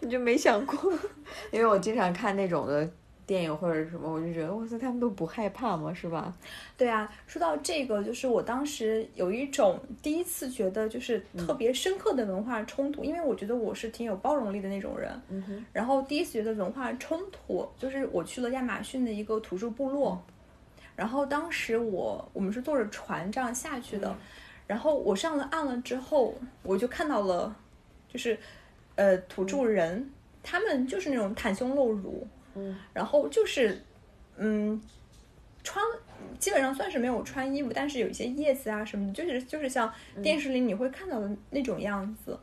B: 你就没想过？ *laughs* 因为我经常看那种的电影或者什么，我就觉得哇塞，他们都不害怕吗？是吧？
A: 对啊，说到这个，就是我当时有一种第一次觉得就是特别深刻的文化冲突，因为我觉得我是挺有包容力的那种人。
B: 嗯哼
A: 然后第一次觉得文化冲突，就是我去了亚马逊的一个土著部落，然后当时我我们是坐着船这样下去的，然后我上了岸了之后，我就看到了，就是呃土著人，他们就是那种袒胸露乳，
B: 嗯，
A: 然后就是嗯穿基本上算是没有穿衣服，但是有一些叶子啊什么的，就是就是像电视里你会看到的那种样子。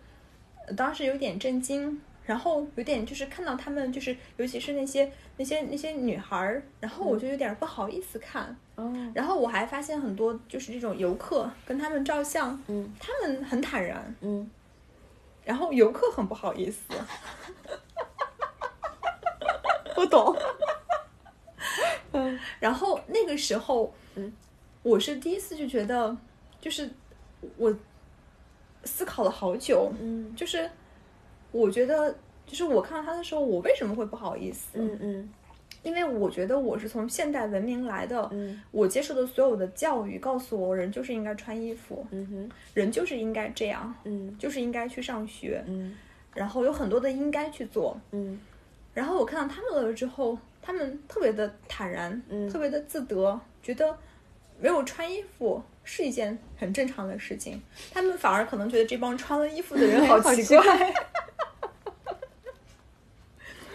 A: 呃当时有点震惊，然后有点就是看到他们就是，尤其是那些那些那些女孩儿，然后我就有点不好意思看。
B: 哦，
A: 然后我还发现很多就是这种游客跟他们照相，
B: 嗯
A: 他们很坦然，
B: 嗯， *laughs*
A: 然后游客很不好意思。
B: 我懂。
A: 然后那个时候，
B: 嗯，
A: 我是第一次就觉得，就是我思考了好久，
B: 嗯
A: 就是我觉得，就是我看到他的时候，我为什么会不好意思？
B: 嗯嗯
A: 因为我觉得我是从现代文明来的，
B: 嗯
A: 我接受的所有的教育告诉我，人就是应该穿衣服，
B: 嗯哼
A: 人就是应该这样，
B: 嗯
A: 就是应该去上学，
B: 嗯
A: 然后有很多的应该去做。
B: 嗯
A: 然后我看到他们了之后，他们特别的坦然，
B: 嗯
A: 特别的自得，觉得没有穿衣服是一件很正常的事情。他们反而可能觉得这帮穿了衣服的人好
B: *laughs* 好
A: 奇
B: 奇
A: 怪。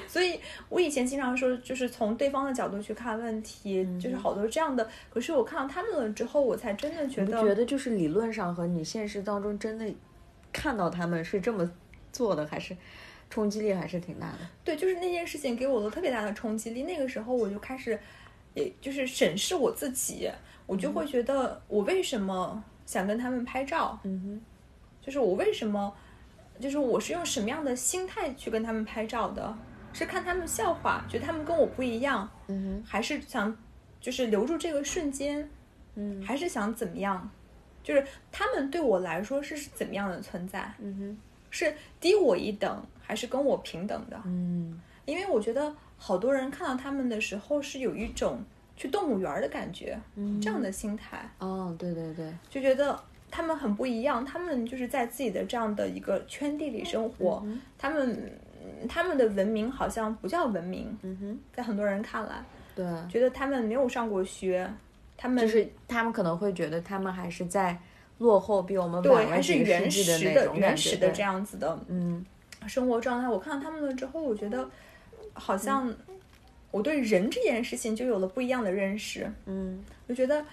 A: 所以，我以前经常说，就是从对方的角度去看问题，就是
B: 嗯
A: 好多这样的。可是我看到他们了之后，我才真的觉
B: 你
A: 得，
B: 不觉得就是理论上和你现实当中真的看到他们是这么做的，还是冲击力还是挺大的？
A: 对，就是那件事情给我了特别大的冲击力。那个时候我就开始，也就是审视我自己，我就会觉得我为什么想跟他们拍照，
B: 嗯
A: 就是我为什么，就是我是用什么样的心态去跟他们拍照的？是看他们笑话，觉得他们跟我不一样，
B: 哼嗯哼
A: 还是想就是留住这个瞬间，
B: 嗯
A: 还是想怎么样？就是他们对我来说是怎么样的存在？
B: 嗯哼
A: 是低我一等，还是跟我平等的？
B: 嗯
A: 因为我觉得好多人看到他们的时候是有一种去动物园儿的感觉，
B: 嗯
A: 这样的心态
B: 哦，对对对，
A: 就觉得他们很不一样，他们就是在自己的这样的一个圈地里生活，
B: 嗯
A: 他们他们的文明好像不叫文明，
B: 嗯哼，
A: 在很多人看来，
B: 对，
A: 觉得他们没有上过学，他们
B: 就是他们可能会觉得他们还是在落后，比我们
A: 对
B: 晚
A: 还
B: 了
A: 是
B: 几个世
A: 原
B: 纪
A: 始
B: 那
A: 的
B: 种
A: 原始的这
B: 样，
A: 样子的
B: 嗯
A: 生活状态。我看到他们了之后，我觉得好
B: 嗯
A: 像我对人这件事情就有了不一样的认识。
B: 嗯
A: 我觉得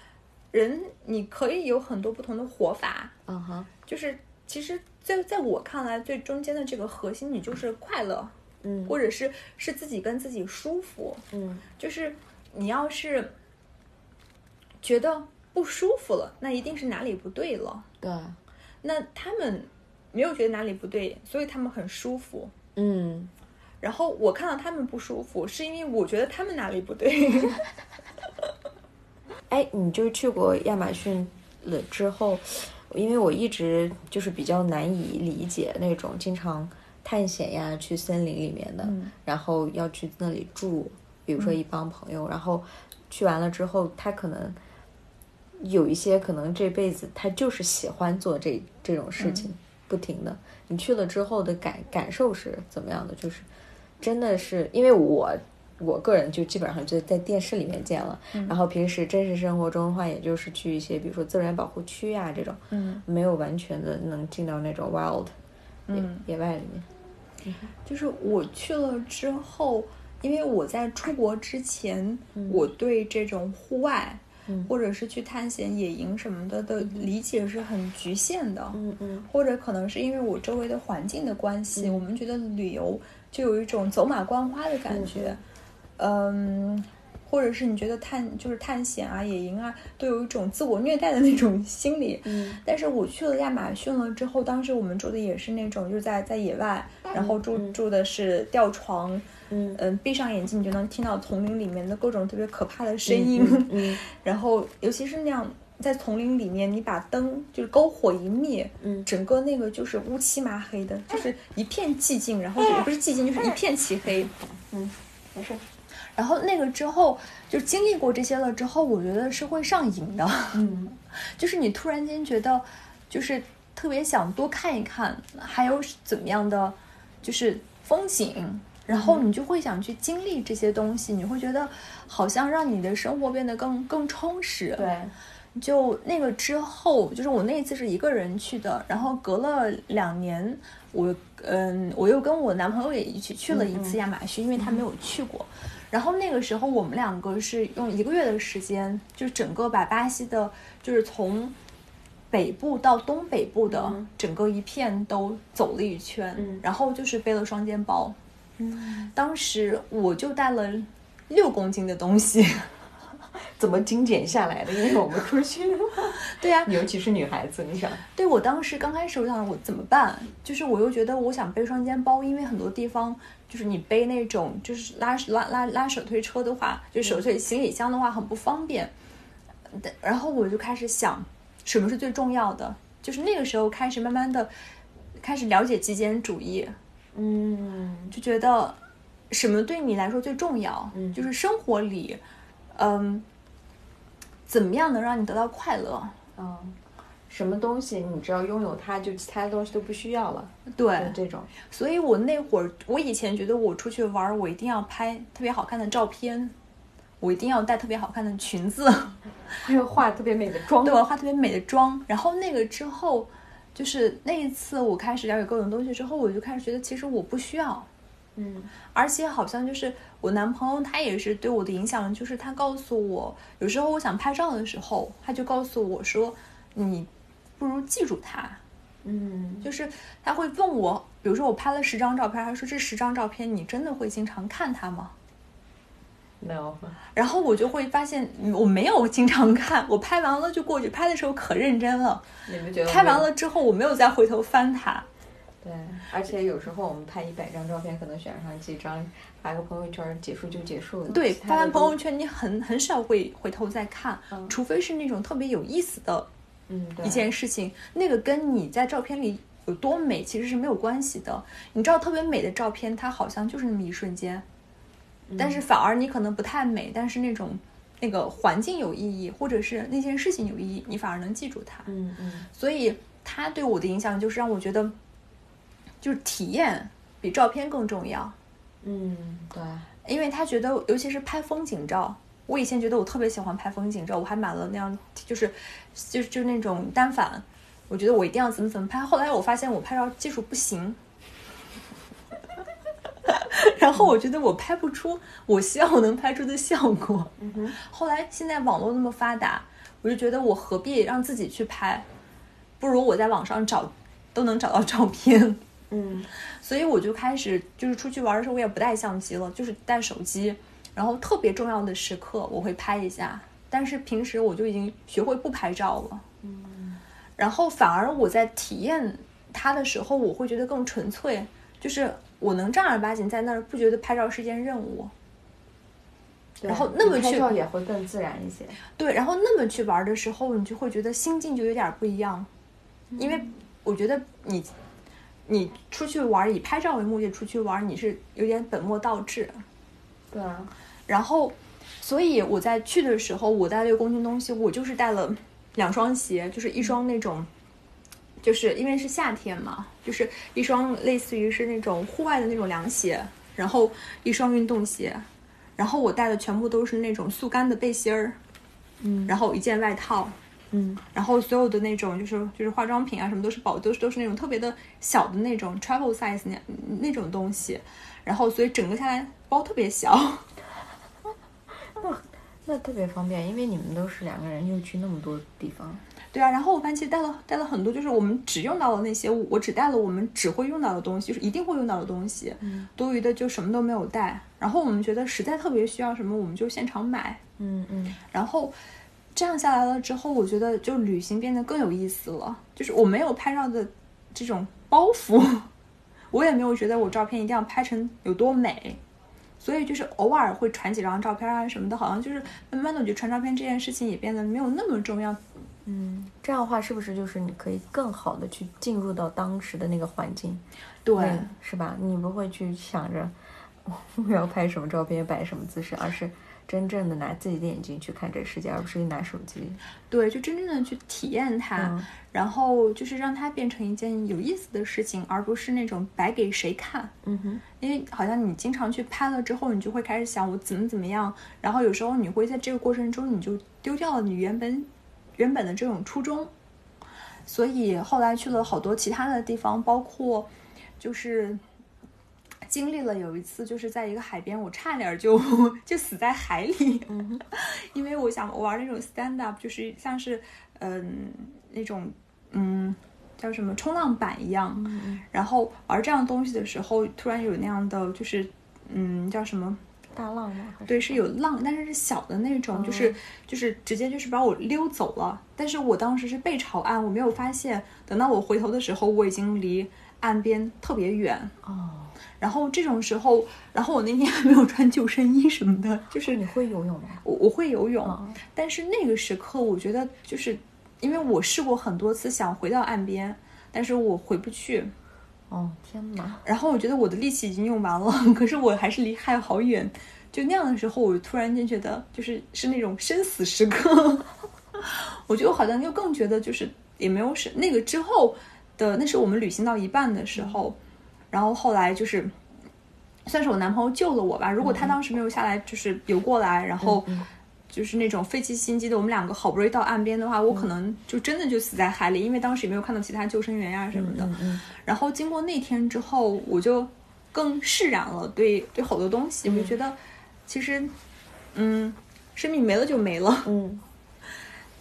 A: 人你可以有很多不同的活法，
B: 嗯哼，
A: 就是其实在在我看来，最中间的这个核心，你就是快乐，
B: 嗯
A: 或者是是自己跟自己舒服，
B: 嗯
A: 就是你要是觉得不舒服了，那一定是哪里不对了。
B: 对，
A: 那他们没有觉得哪里不对，所以他们很舒服。
B: 嗯
A: 然后我看到他们不舒服，是因为我觉得他们哪里不对。 *laughs*
B: 哎，你就去过亚马逊了之后，因为我一直就是比较难以理解那种经常探险呀，去森林里面的，然后要去那里住，比如说一帮朋友，然后去完了之后，他可能有一些可能这辈子他就是喜欢做这这种事情，不停的。你去了之后的感感受是怎么样的？就是真的是因为我我个人就基本上就在电视里面见了，然后平时真实生活中的话，也就是去一些比如说自然保护区呀、这种，
A: 嗯
B: 没有完全的能进到那种 wild 野、
A: 嗯
B: 野外里面。
A: 就是我去了之后，因为我在出国之前，我对这种户外，或者是去探险、野营什么的的理解是很局限的。
C: 嗯嗯，
A: 或者可能是因为我周围的环境的关系，我们觉得旅游就有一种走马观花的感觉，嗯。或者是你觉得探就是探险啊、野营啊，都有一种自我虐待的那种心理。
C: 嗯，
A: 但是我去了亚马逊了之后，当时我们住的也是那种就是在在野外，然后住、住的是吊床，
C: 嗯
A: 闭上眼睛你就能听到丛林里面的各种特别可怕的声音，
C: 嗯
A: *laughs* 然后尤其是那样。在丛林里面，你把灯就是篝火一灭，
C: 嗯哎
A: 整个那个就是乌漆麻黑的，就是一片寂静，然后也不是寂静，就是一片漆黑。
B: 没事。
A: 然后那个之后，就经历过这些了之后，我觉得是会上瘾的。
B: 嗯，
A: *laughs* 就是你突然间觉得，就是特别想多看一看，还有怎么样的，就是风景。然后
B: 嗯
A: 你就会想去经历这些东西，你会觉得好像让你的生活变得更更充实。
B: 对，
A: 就那个之后，就是我那一次是一个人去的，然后隔了两年，我嗯，我又跟我男朋友也一起去了一次亚马逊，因为他没有去过。然后那个时候我们两个是用一个月的时间，就是整个把巴西的，就是从北部到东北部的整个一片都走了一圈，
C: 嗯
A: 然后就是背了双肩包。
C: 嗯，
A: 当时我就带了六公斤的东西， *laughs*
B: 怎么精简下来的？因为我们出去，
A: 对呀、
B: *laughs* 尤其是女孩子，你想，
A: 对我当时刚开始，我想我怎么办？就是我又觉得我想背双肩包，因为很多地方就是你背那种就是拉拉拉拉手推车的话，就手推行李箱的话很不方便。但然后我就开始想，什么是最重要的？就是那个时候开始慢慢的开始了解极简主义，
C: 嗯
A: 就觉得什么对你来说最重要？就是生活里，嗯，怎么样能让你得到快乐？
B: 嗯，什么东西你只要拥有它，就其他的东西都不需要了，
A: 对
B: 就这种。 *laughs*
A: 所以我那会儿，我以前觉得我出去玩儿，我一定要拍特别好看的照片，我一定要带特别好看的裙子，
B: 还有化特别美的妆
A: 对，我要化特别美的妆。然后那个之后，就是那一次我开始了解各种东西之后，我就开始觉得其实我不需要，
B: 嗯，
A: 而且好像就是我男朋友他也是对我的影响，就是他告诉我，有时候我想拍照的时候，他就告诉我说，你不如记住它，
B: 嗯，
A: 就是他会问我，比如说我拍了十张照片，他说这十张照片你真的会经常看它吗？
B: no，
A: 然后我就会发现嗯我没有经常看，我拍完了就过去，拍的时候可认真了，
B: 你们觉得
A: 拍完
B: 我
A: 了
B: 们？
A: 之后我没有再回头翻它。
B: 对，而且有时候我们拍一百张照片，可能选上几张，发个朋友圈，结束就结束了。
A: 对，
B: 其
A: 发
B: 他
A: 完
B: 的
A: 朋
B: 都
A: 友，圈你很很少会回头再看，
B: 嗯
A: 除非是那种特别有意思的
B: 嗯，对
A: 一件事情，那个跟你在照片里有多美其实是没有关系的。你知道，特别美的照片，它好像就是那么一瞬间，但是反而你可能不太美，但是那种那个环境有意义，或者是那件事情有意义，你反而能记住它。
B: 嗯嗯，
A: 所以它对我的影响就是让我觉得，就是体验比照片更重要，
B: 嗯，对，
A: 因为他觉得，尤其是拍风景照。我以前觉得我特别喜欢拍风景照，我还买了那样，就是，就是就是那种单反，我觉得我一定要怎么怎么拍。后来我发现我拍照技术不行， *laughs* 然后我觉得我拍不出我希望我能拍出的效果。后来现在网络那么发达，我就觉得我何必让自己去拍，不如我在网上找都能找到照片。
C: 嗯
A: 所以我就开始就是出去玩的时候，我也不带相机了，就是带手机。然后特别重要的时刻我会拍一下，但是平时我就已经学会不拍照了。嗯，然后反而我在体验它的时候，我会觉得更纯粹，就是我能正儿八经在那儿，不觉得拍照是件任务。
B: 对
A: 然后那么
B: 你
A: 去
B: 拍照也会更自然一些。
A: 对，然后那么去玩的时候，你就会觉得心境就有点儿不一样，因为我觉得你你出去玩儿以拍照为目的出去玩儿，你是有点本末倒置。
B: 对啊，
A: 然后，所以我在去的时候，我带六公斤东西，我就是带了两双鞋，就是一双那种，就是因为是夏天嘛，就是一双类似于是那种户外的那种凉鞋，然后一双运动鞋，然后我带的全部都是那种速干的背心儿，
C: 嗯
A: 然后一件外套，
C: 嗯
A: 然后所有的那种就是就是化妆品啊什么都是保都是都是那种特别的小的那种 travel size 那那种东西，然后所以整个下来包特别小。
C: 那特别方便，因为你们都是两个人又去那么多地方，
A: 对啊，然后我发现其实带了带了很多，就是我们只用到了那些，我只带了我们只会用到的东西，就是一定会用到的东西，多余的就什么都没有带。然后我们觉得实在特别需要什么，我们就现场买。
C: 嗯嗯，
A: 然后这样下来了之后，我觉得就旅行变得更有意思了，就是我没有拍照的这种包袱， *laughs* 我也没有觉得我照片一定要拍成有多美。所以就是偶尔会传几张照片啊什么的，好像就是慢慢的，我觉得传照片这件事情也变得没有那么重要，
C: 这样的话是不是就是你可以更好的去进入到当时的那个环境，
A: 对，
C: 嗯是吧？你不会去想着 *laughs* 我要拍什么照片、摆什么姿势，而是真正的拿自己的眼睛去看这个世界，而不是拿手机。
A: 对，就真正的去体验它，
C: 嗯
A: 然后就是让它变成一件有意思的事情，而不是那种摆给谁看。
C: 嗯哼，
A: 因为好像你经常去拍了之后，你就会开始想我怎么怎么样，然后有时候你会在这个过程中你就丢掉了你原本原本的这种初衷。所以后来去了好多其他的地方，包括就是经历了有一次，就是在一个海边，我差点儿就 *laughs* 就死在海里，因为我想玩那种 stand up，就是像是嗯那种嗯叫什么冲浪板一样，然后玩这样东西的时候，突然有那样的就是嗯叫什么
C: 大浪吗？还是
A: 对，是有浪，但是是小的那种，就是就是直接就是把我溜走了。但是我当时是背朝岸，我没有发现。等到我回头的时候，我已经离岸边特别远。
C: 哦，
A: 然后这种时候，然后我那天还没有穿救生衣什么的，就是
C: 你会游泳吗？
A: 我我会游泳，
C: 哦
A: 但是那个时刻，我觉得就是因为我试过很多次想回到岸边，但是我回不去。
C: 哦，天哪！
A: 然后我觉得我的力气已经用完了， *laughs* 可是我还是离海好远。就那样的时候，我突然间觉得，就是是那种生死时刻。 *laughs* 我觉得我好像又更觉得，就是也没有是那个之后的，那是我们旅行到一半的时候，然后后来就是算是我男朋友救了我吧。如果他当时没有下来，就是游过来，然后就是那种费尽心机的，我们两个好不容易到岸边的话，我可能就真的就死在海里，因为当时也没有看到其他救生员呀、什么的。然后经过那天之后，我就更释然了对对好多东西，我就觉得其实，嗯，生命没了就没了， *laughs*
C: 嗯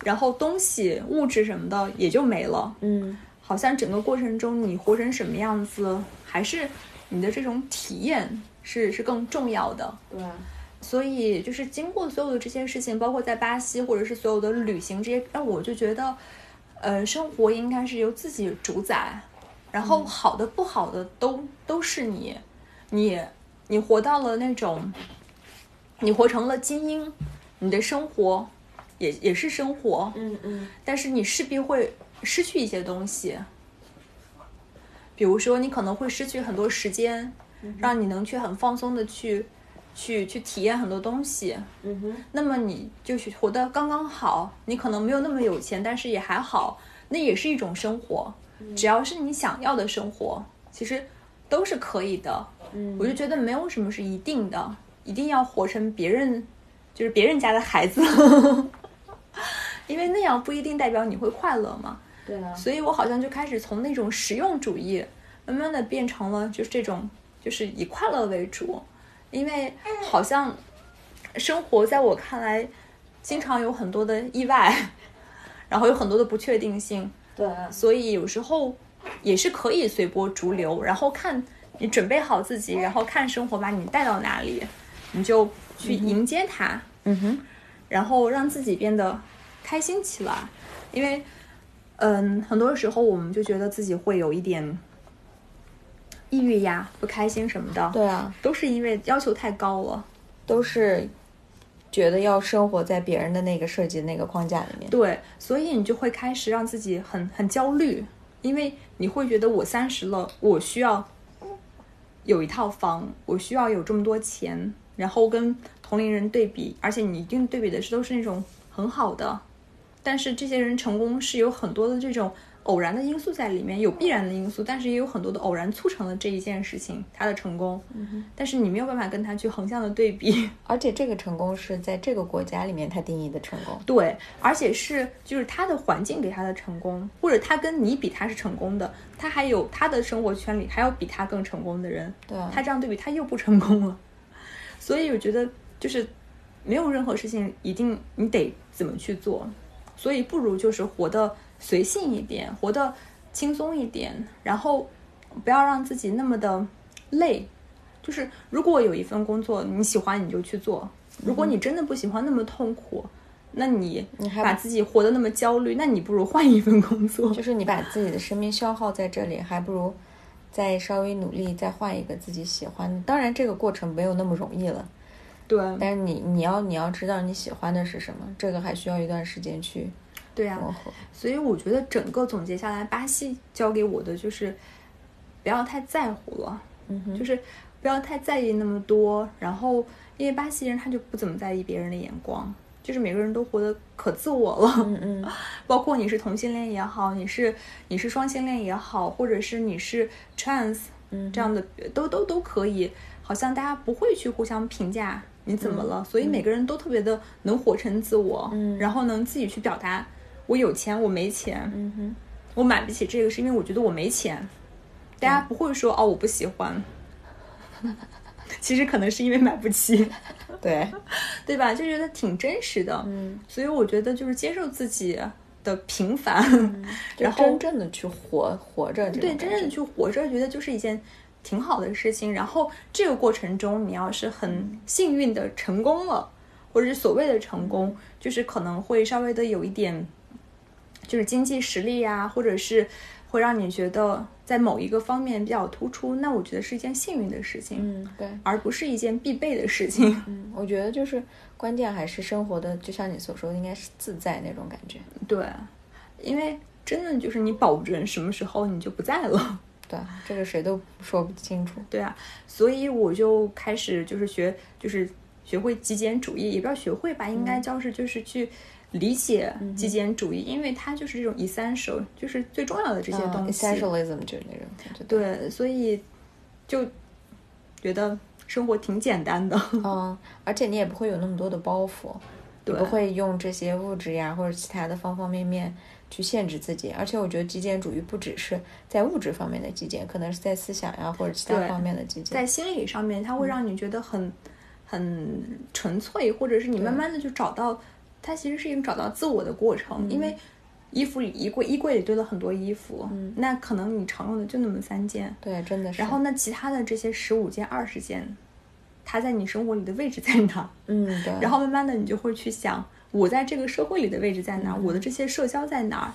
A: 然后东西物质什么的也就没了，
C: 嗯
A: 好像整个过程中你活成什么样子，还是你的这种体验是是更重要的。
B: 对啊，
A: 所以就是经过所有的这些事情，包括在巴西或者是所有的旅行这些，让我就觉得，呃，生活应该是由自己主宰，然后好的不好的都都是你，你你活到了那种，你活成了精英，你的生活也也是生活，
C: 嗯嗯，
A: 但是你势必会失去一些东西，比如说你可能会失去很多时间，让你能去很放松的去去去体验很多东西。
C: 嗯哼，
A: 那么你就是活得刚刚好，你可能没有那么有钱，但是也还好，那也是一种生活。只要是你想要的生活，其实都是可以的。
C: 嗯
A: 我就觉得没有什么是一定的，一定要活成别人，就是别人家的孩子， *laughs* 因为那样不一定代表你会快乐嘛。
C: 对啊，
A: 所以我好像就开始从那种实用主义，慢慢的变成了就是这种，就是以快乐为主，因为好像生活在我看来，经常有很多的意外， *laughs* 然后有很多的不确定性，
B: 对啊，
A: 所以有时候也是可以随波逐流，然后看你准备好自己，然后看生活把你带到哪里，你就去迎接它。
C: 嗯哼，
A: 然后让自己变得开心起来，因为，嗯，很多时候我们就觉得自己会有一点抑郁呀、不开心什么的，
C: 对啊，
A: 都是因为要求太高了。
C: 都是觉得要生活在别人的那个设计的那个框架里面。
A: 对，所以你就会开始让自己很很焦虑，因为你会觉得我三十了，我需要有一套房，我需要有这么多钱，然后跟同龄人对比，而且你一定对比的是都是那种很好的，但是这些人成功是有很多的这种偶然的因素在里面，有必然的因素，但是也有很多的偶然促成了这一件事情他的成功，但是你没有办法跟他去横向的对比。
C: 而且这个成功是在这个国家里面他定义的成功。
A: 对，而且是就是他的环境给他的成功，或者他跟你比他是成功的，他还有他的生活圈里还有比他更成功的人，
C: 对啊
A: *laughs* 他这样对比他又不成功了，所以我觉得就是没有任何事情一定你得怎么去做，所以不如就是活得随性一点，活得轻松一点，然后不要让自己那么的累。就是如果有一份工作你喜欢，你就去做；如果你真的不喜欢，那么痛苦。那你
B: 嗯还
A: 把自己活得那么焦虑，那你不如换一份工作。
B: 就是你把自己的生命消耗在这里，还不如再稍微努力，再换一个自己喜欢的。当然，这个过程没有那么容易了，
A: 对，
B: 但是你你要你要知道你喜欢的是什么，这个还需要一段时间去
A: 对呀、
B: 磨合。
A: 所以我觉得整个总结下来，巴西教给我的就是不要太在乎了，
B: 嗯
A: 就是不要太在意那么多。然后，因为巴西人他就不怎么在意别人的眼光，就是每个人都活得可自我了。
B: 嗯嗯，
A: 包括你是同性恋也好，你是你是双性恋也好，或者是你是 trans
B: 嗯
A: 这样的，都都都可以。好像大家不会去互相评价你怎么了，所以每个人都特别的能活成自我，
B: 嗯
A: 然后能自己去表达我有钱，我没钱，
B: 嗯哼，
A: 我买不起这个是因为我觉得我没钱，大
B: 嗯
A: 家不会说哦我不喜欢， *laughs* 其实可能是因为买不起，
D: 对，
A: 对吧？就觉得挺真实的，
B: 嗯，
A: 所以我觉得就是接受自己的平凡， *laughs*
B: 就
A: 然后
B: 嗯真正的去活活着这种
A: 对
B: 感觉，
A: 真正的去活着，觉得就是一件挺好的事情。然后这个过程中，你要是
B: 嗯
A: 很幸运的成功了，或者是所谓的成功，
B: 嗯
A: 就是可能会稍微的有一点，就是经济实力呀、或者是会让你觉得在某一个方面比较突出，那我觉得是一件幸运的事情，
B: 嗯对。
A: 而不是一件必备的事情。
B: 嗯，我觉得就是关键还是生活的，就像你所说的，应该是自在那种感觉。
A: 对，因为真的就是你保不准什么时候你就不在了。 *laughs*
B: 对，啊这个谁都说不清楚。
A: 对啊，所以我就开始就是学，就是学会极简主义，也不要学会吧，应该叫是就是去理解极简主义，因为它就是这种 essential，就是最重要的这些
B: 嗯
A: 东西。
B: essentialism 就是那种感觉。
A: 对，所以就觉得生活挺简单的。
B: 嗯，而且你也不会有那么多的包袱，你
A: 对
B: 不会用这些物质呀或者其他的方方面面去限制自己。而且我觉得极简主义不只是在物质方面的极简，可能是在思想呀或者其他
A: 对
B: 方面的极简
A: 在。心理上面，它会让你觉得很、很纯粹，或者是你慢慢的就找到，它其实是一个找到自我的过程，因为。衣服里衣柜衣柜里堆了很多衣服，那可能你常用的就那么三件，
B: 对，真的是。
A: 然后那其他的这些十五件、二十件，它在你生活里的位置在哪？
B: 嗯，对。
A: 然后慢慢的你就会去想，我在这个社会里的位置在哪？我的这些社交在哪儿？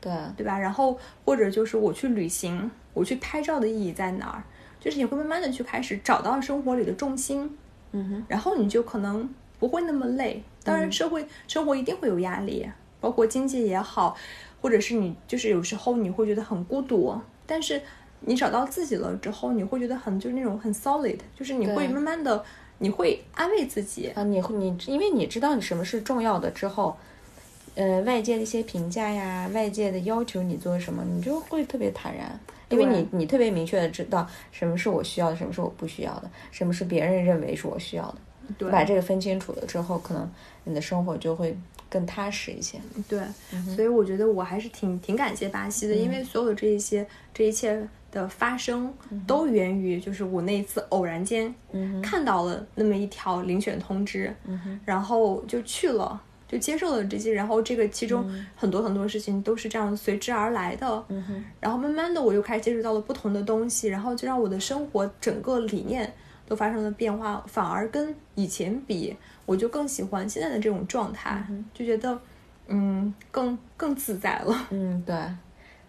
B: 对，
A: 对吧？然后或者就是我去旅行，我去拍照的意义在哪儿？就是你会慢慢的去开始找到生活里的重心，
B: 嗯哼，嗯
A: 然后你就可能不会那么累。当然，社会、生活一定会有压力，包括经济也好，或者是你就是有时候你会觉得很孤独，但是你找到自己了之后，你会觉得很就是那种很 solid，就是你会
B: 对
A: 慢慢的，你会安慰自己，
B: 啊，你会你因为你知道你什么是重要的之后，呃，外界的一些评价呀，外界的要求你做什么，你就会特别坦然，因为
A: 对
B: 你你特别明确的知道什么是我需要的，什么是我不需要的，什么是别人认为是我需要的。
A: 对
B: 把这个分清楚了之后，可能你的生活就会更踏实一些。
A: 对，所以我觉得我还是挺挺感谢巴西的，因为所有这一些这一切的发生，都源于就是我那一次偶然间看到了那么一条遴选通知，然后就去了。就接受了这些，然后这个其中很多很多事情都是这样随之而来的，然后慢慢的我又开始接触到了不同的东西，然后就让我的生活整个理念都发生了变化，反而跟以前比，我就更喜欢现在的这种状态，就觉得嗯，更更自在了。
B: 嗯，对。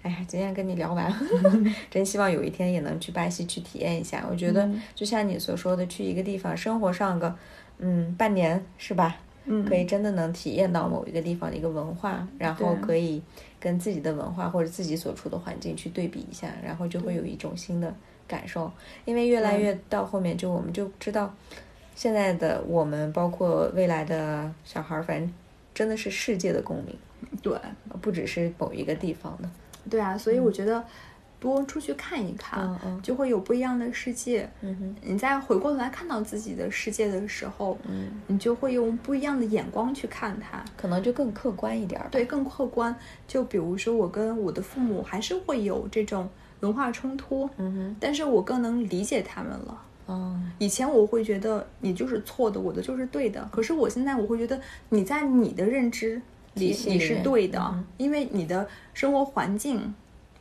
B: 哎呀，今天跟你聊完， *laughs* 真希望有一天也能去巴西去体验一下。我觉得就像你所说的，去一个地方生活上个，嗯，半年是吧？
A: 嗯，
B: 可以真的能体验到某一个地方的一个文化，然后
A: 对
B: 可以跟自己的文化或者自己所处的环境去对比一下，然后就会有一种新的感受。因为越来越到后面，就我们就知道，现在的我们包括未来的小孩儿，反正真的是世界的公民，
A: 对，
B: 不只是某一个地方的。
A: 对啊，所以我觉得多出去看一看，
B: 嗯嗯
A: 就会有不一样的世界。
B: 嗯哼，
A: 你再回过头来看到自己的世界的时候，
B: 嗯
A: 你就会用不一样的眼光去看它。
B: 可能就更客观一点儿。
A: 对，，更客观。就比如说，我跟我的父母还是会有这种文化冲突，
B: 嗯哼，
A: 但是我更能理解他们了。
B: 嗯，
A: 以前我会觉得你就是错的，我的就是对的。可是我现在我会觉得你在你的认知
B: 体
A: 里
B: 系
A: 你
B: 里
A: 是
B: 面嗯
A: 对的，因为你的生活环境、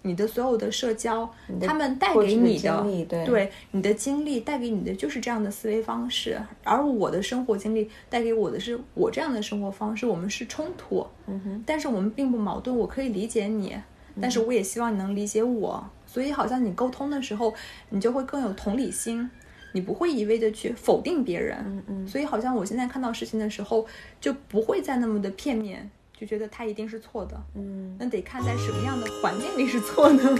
A: 你的所有的社交，他们带
B: 过
A: 给
B: 去的
A: 你的
B: 经历对
A: 对你的经历带给你的就是这样的思维方式，而我的生活经历带给我的是我这样的生活方式，我们是冲突，但是我们并不矛盾，我可以理解你，但是我也希望你能理解我。所以好像你沟通的时候，你就会更有同理心，你不会一味的去否定别人。嗯嗯。所以好像我现在看到事情的时候，就不会再那么的片面，就觉得它一定是错的。嗯。那得看在什么样的环境里是错的。
B: 真的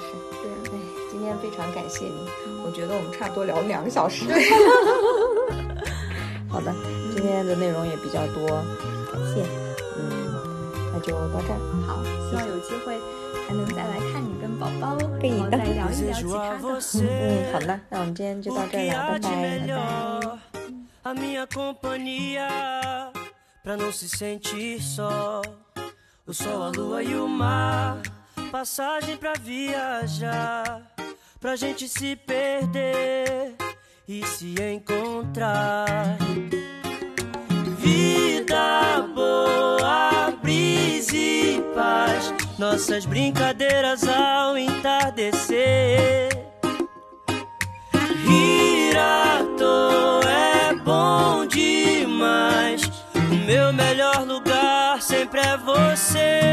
B: 是。
A: 对。
B: 哎，今天非常感谢你，我觉得我们差不多聊了两个小 *laughs* 时。好的，今天的内容也比较多，感谢，嗯，那就到这儿。
A: 好，希望有机会还能再来看你跟宝宝，哦
B: 可以
A: 然后
B: 的
A: 再聊一聊其他的。
B: 嗯，好
E: você
B: 的，那我们今天就到
E: o
B: 啊这儿
E: que
B: 了，拜拜，拜拜。
E: há de melhor a minha companhia pra não se sentir só o sol a lua e o mar passagem pra viajar pra gente se perder e se encontrar vida boa, brisa e paz, nossas brincadeiras ao entardecer. Rir à toa é bom demais, o meu melhor lugar sempre é você.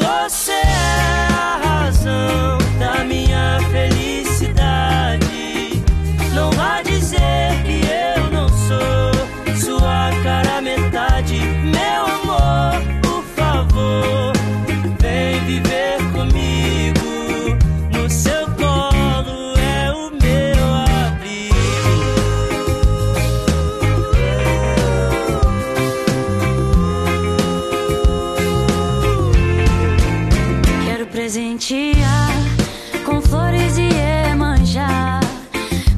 E: Você é a razão da minha felicidade. Não vá dizer que eu não sou sua cara metade, meu amor, por favor, vem viver comigo. No seu colo é o meu abrigo.
F: Quero presentear com flores e emanjar.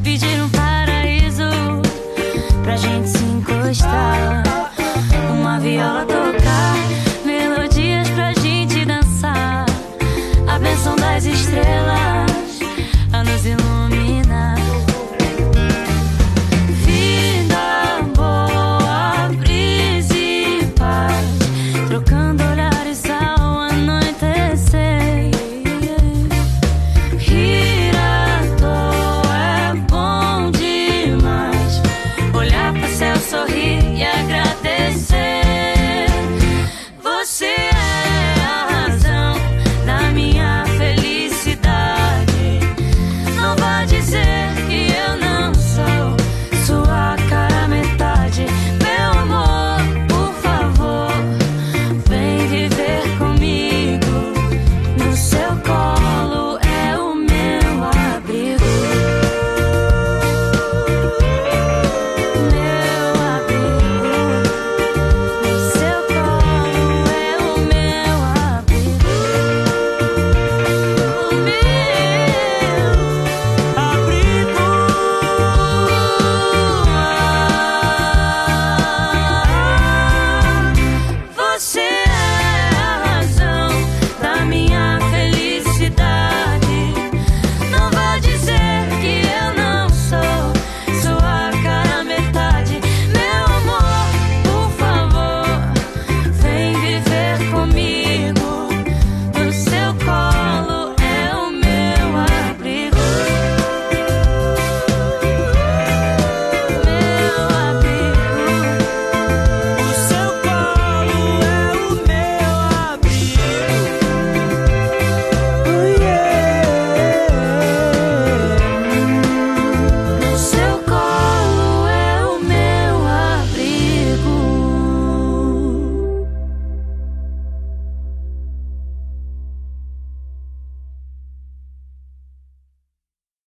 F: Pedir um paraíso pra gente se encostar. Uma viola tocar, melodias pra gente dançar. A bênção das estrelas é é é é é é
E: é Oh,
F: é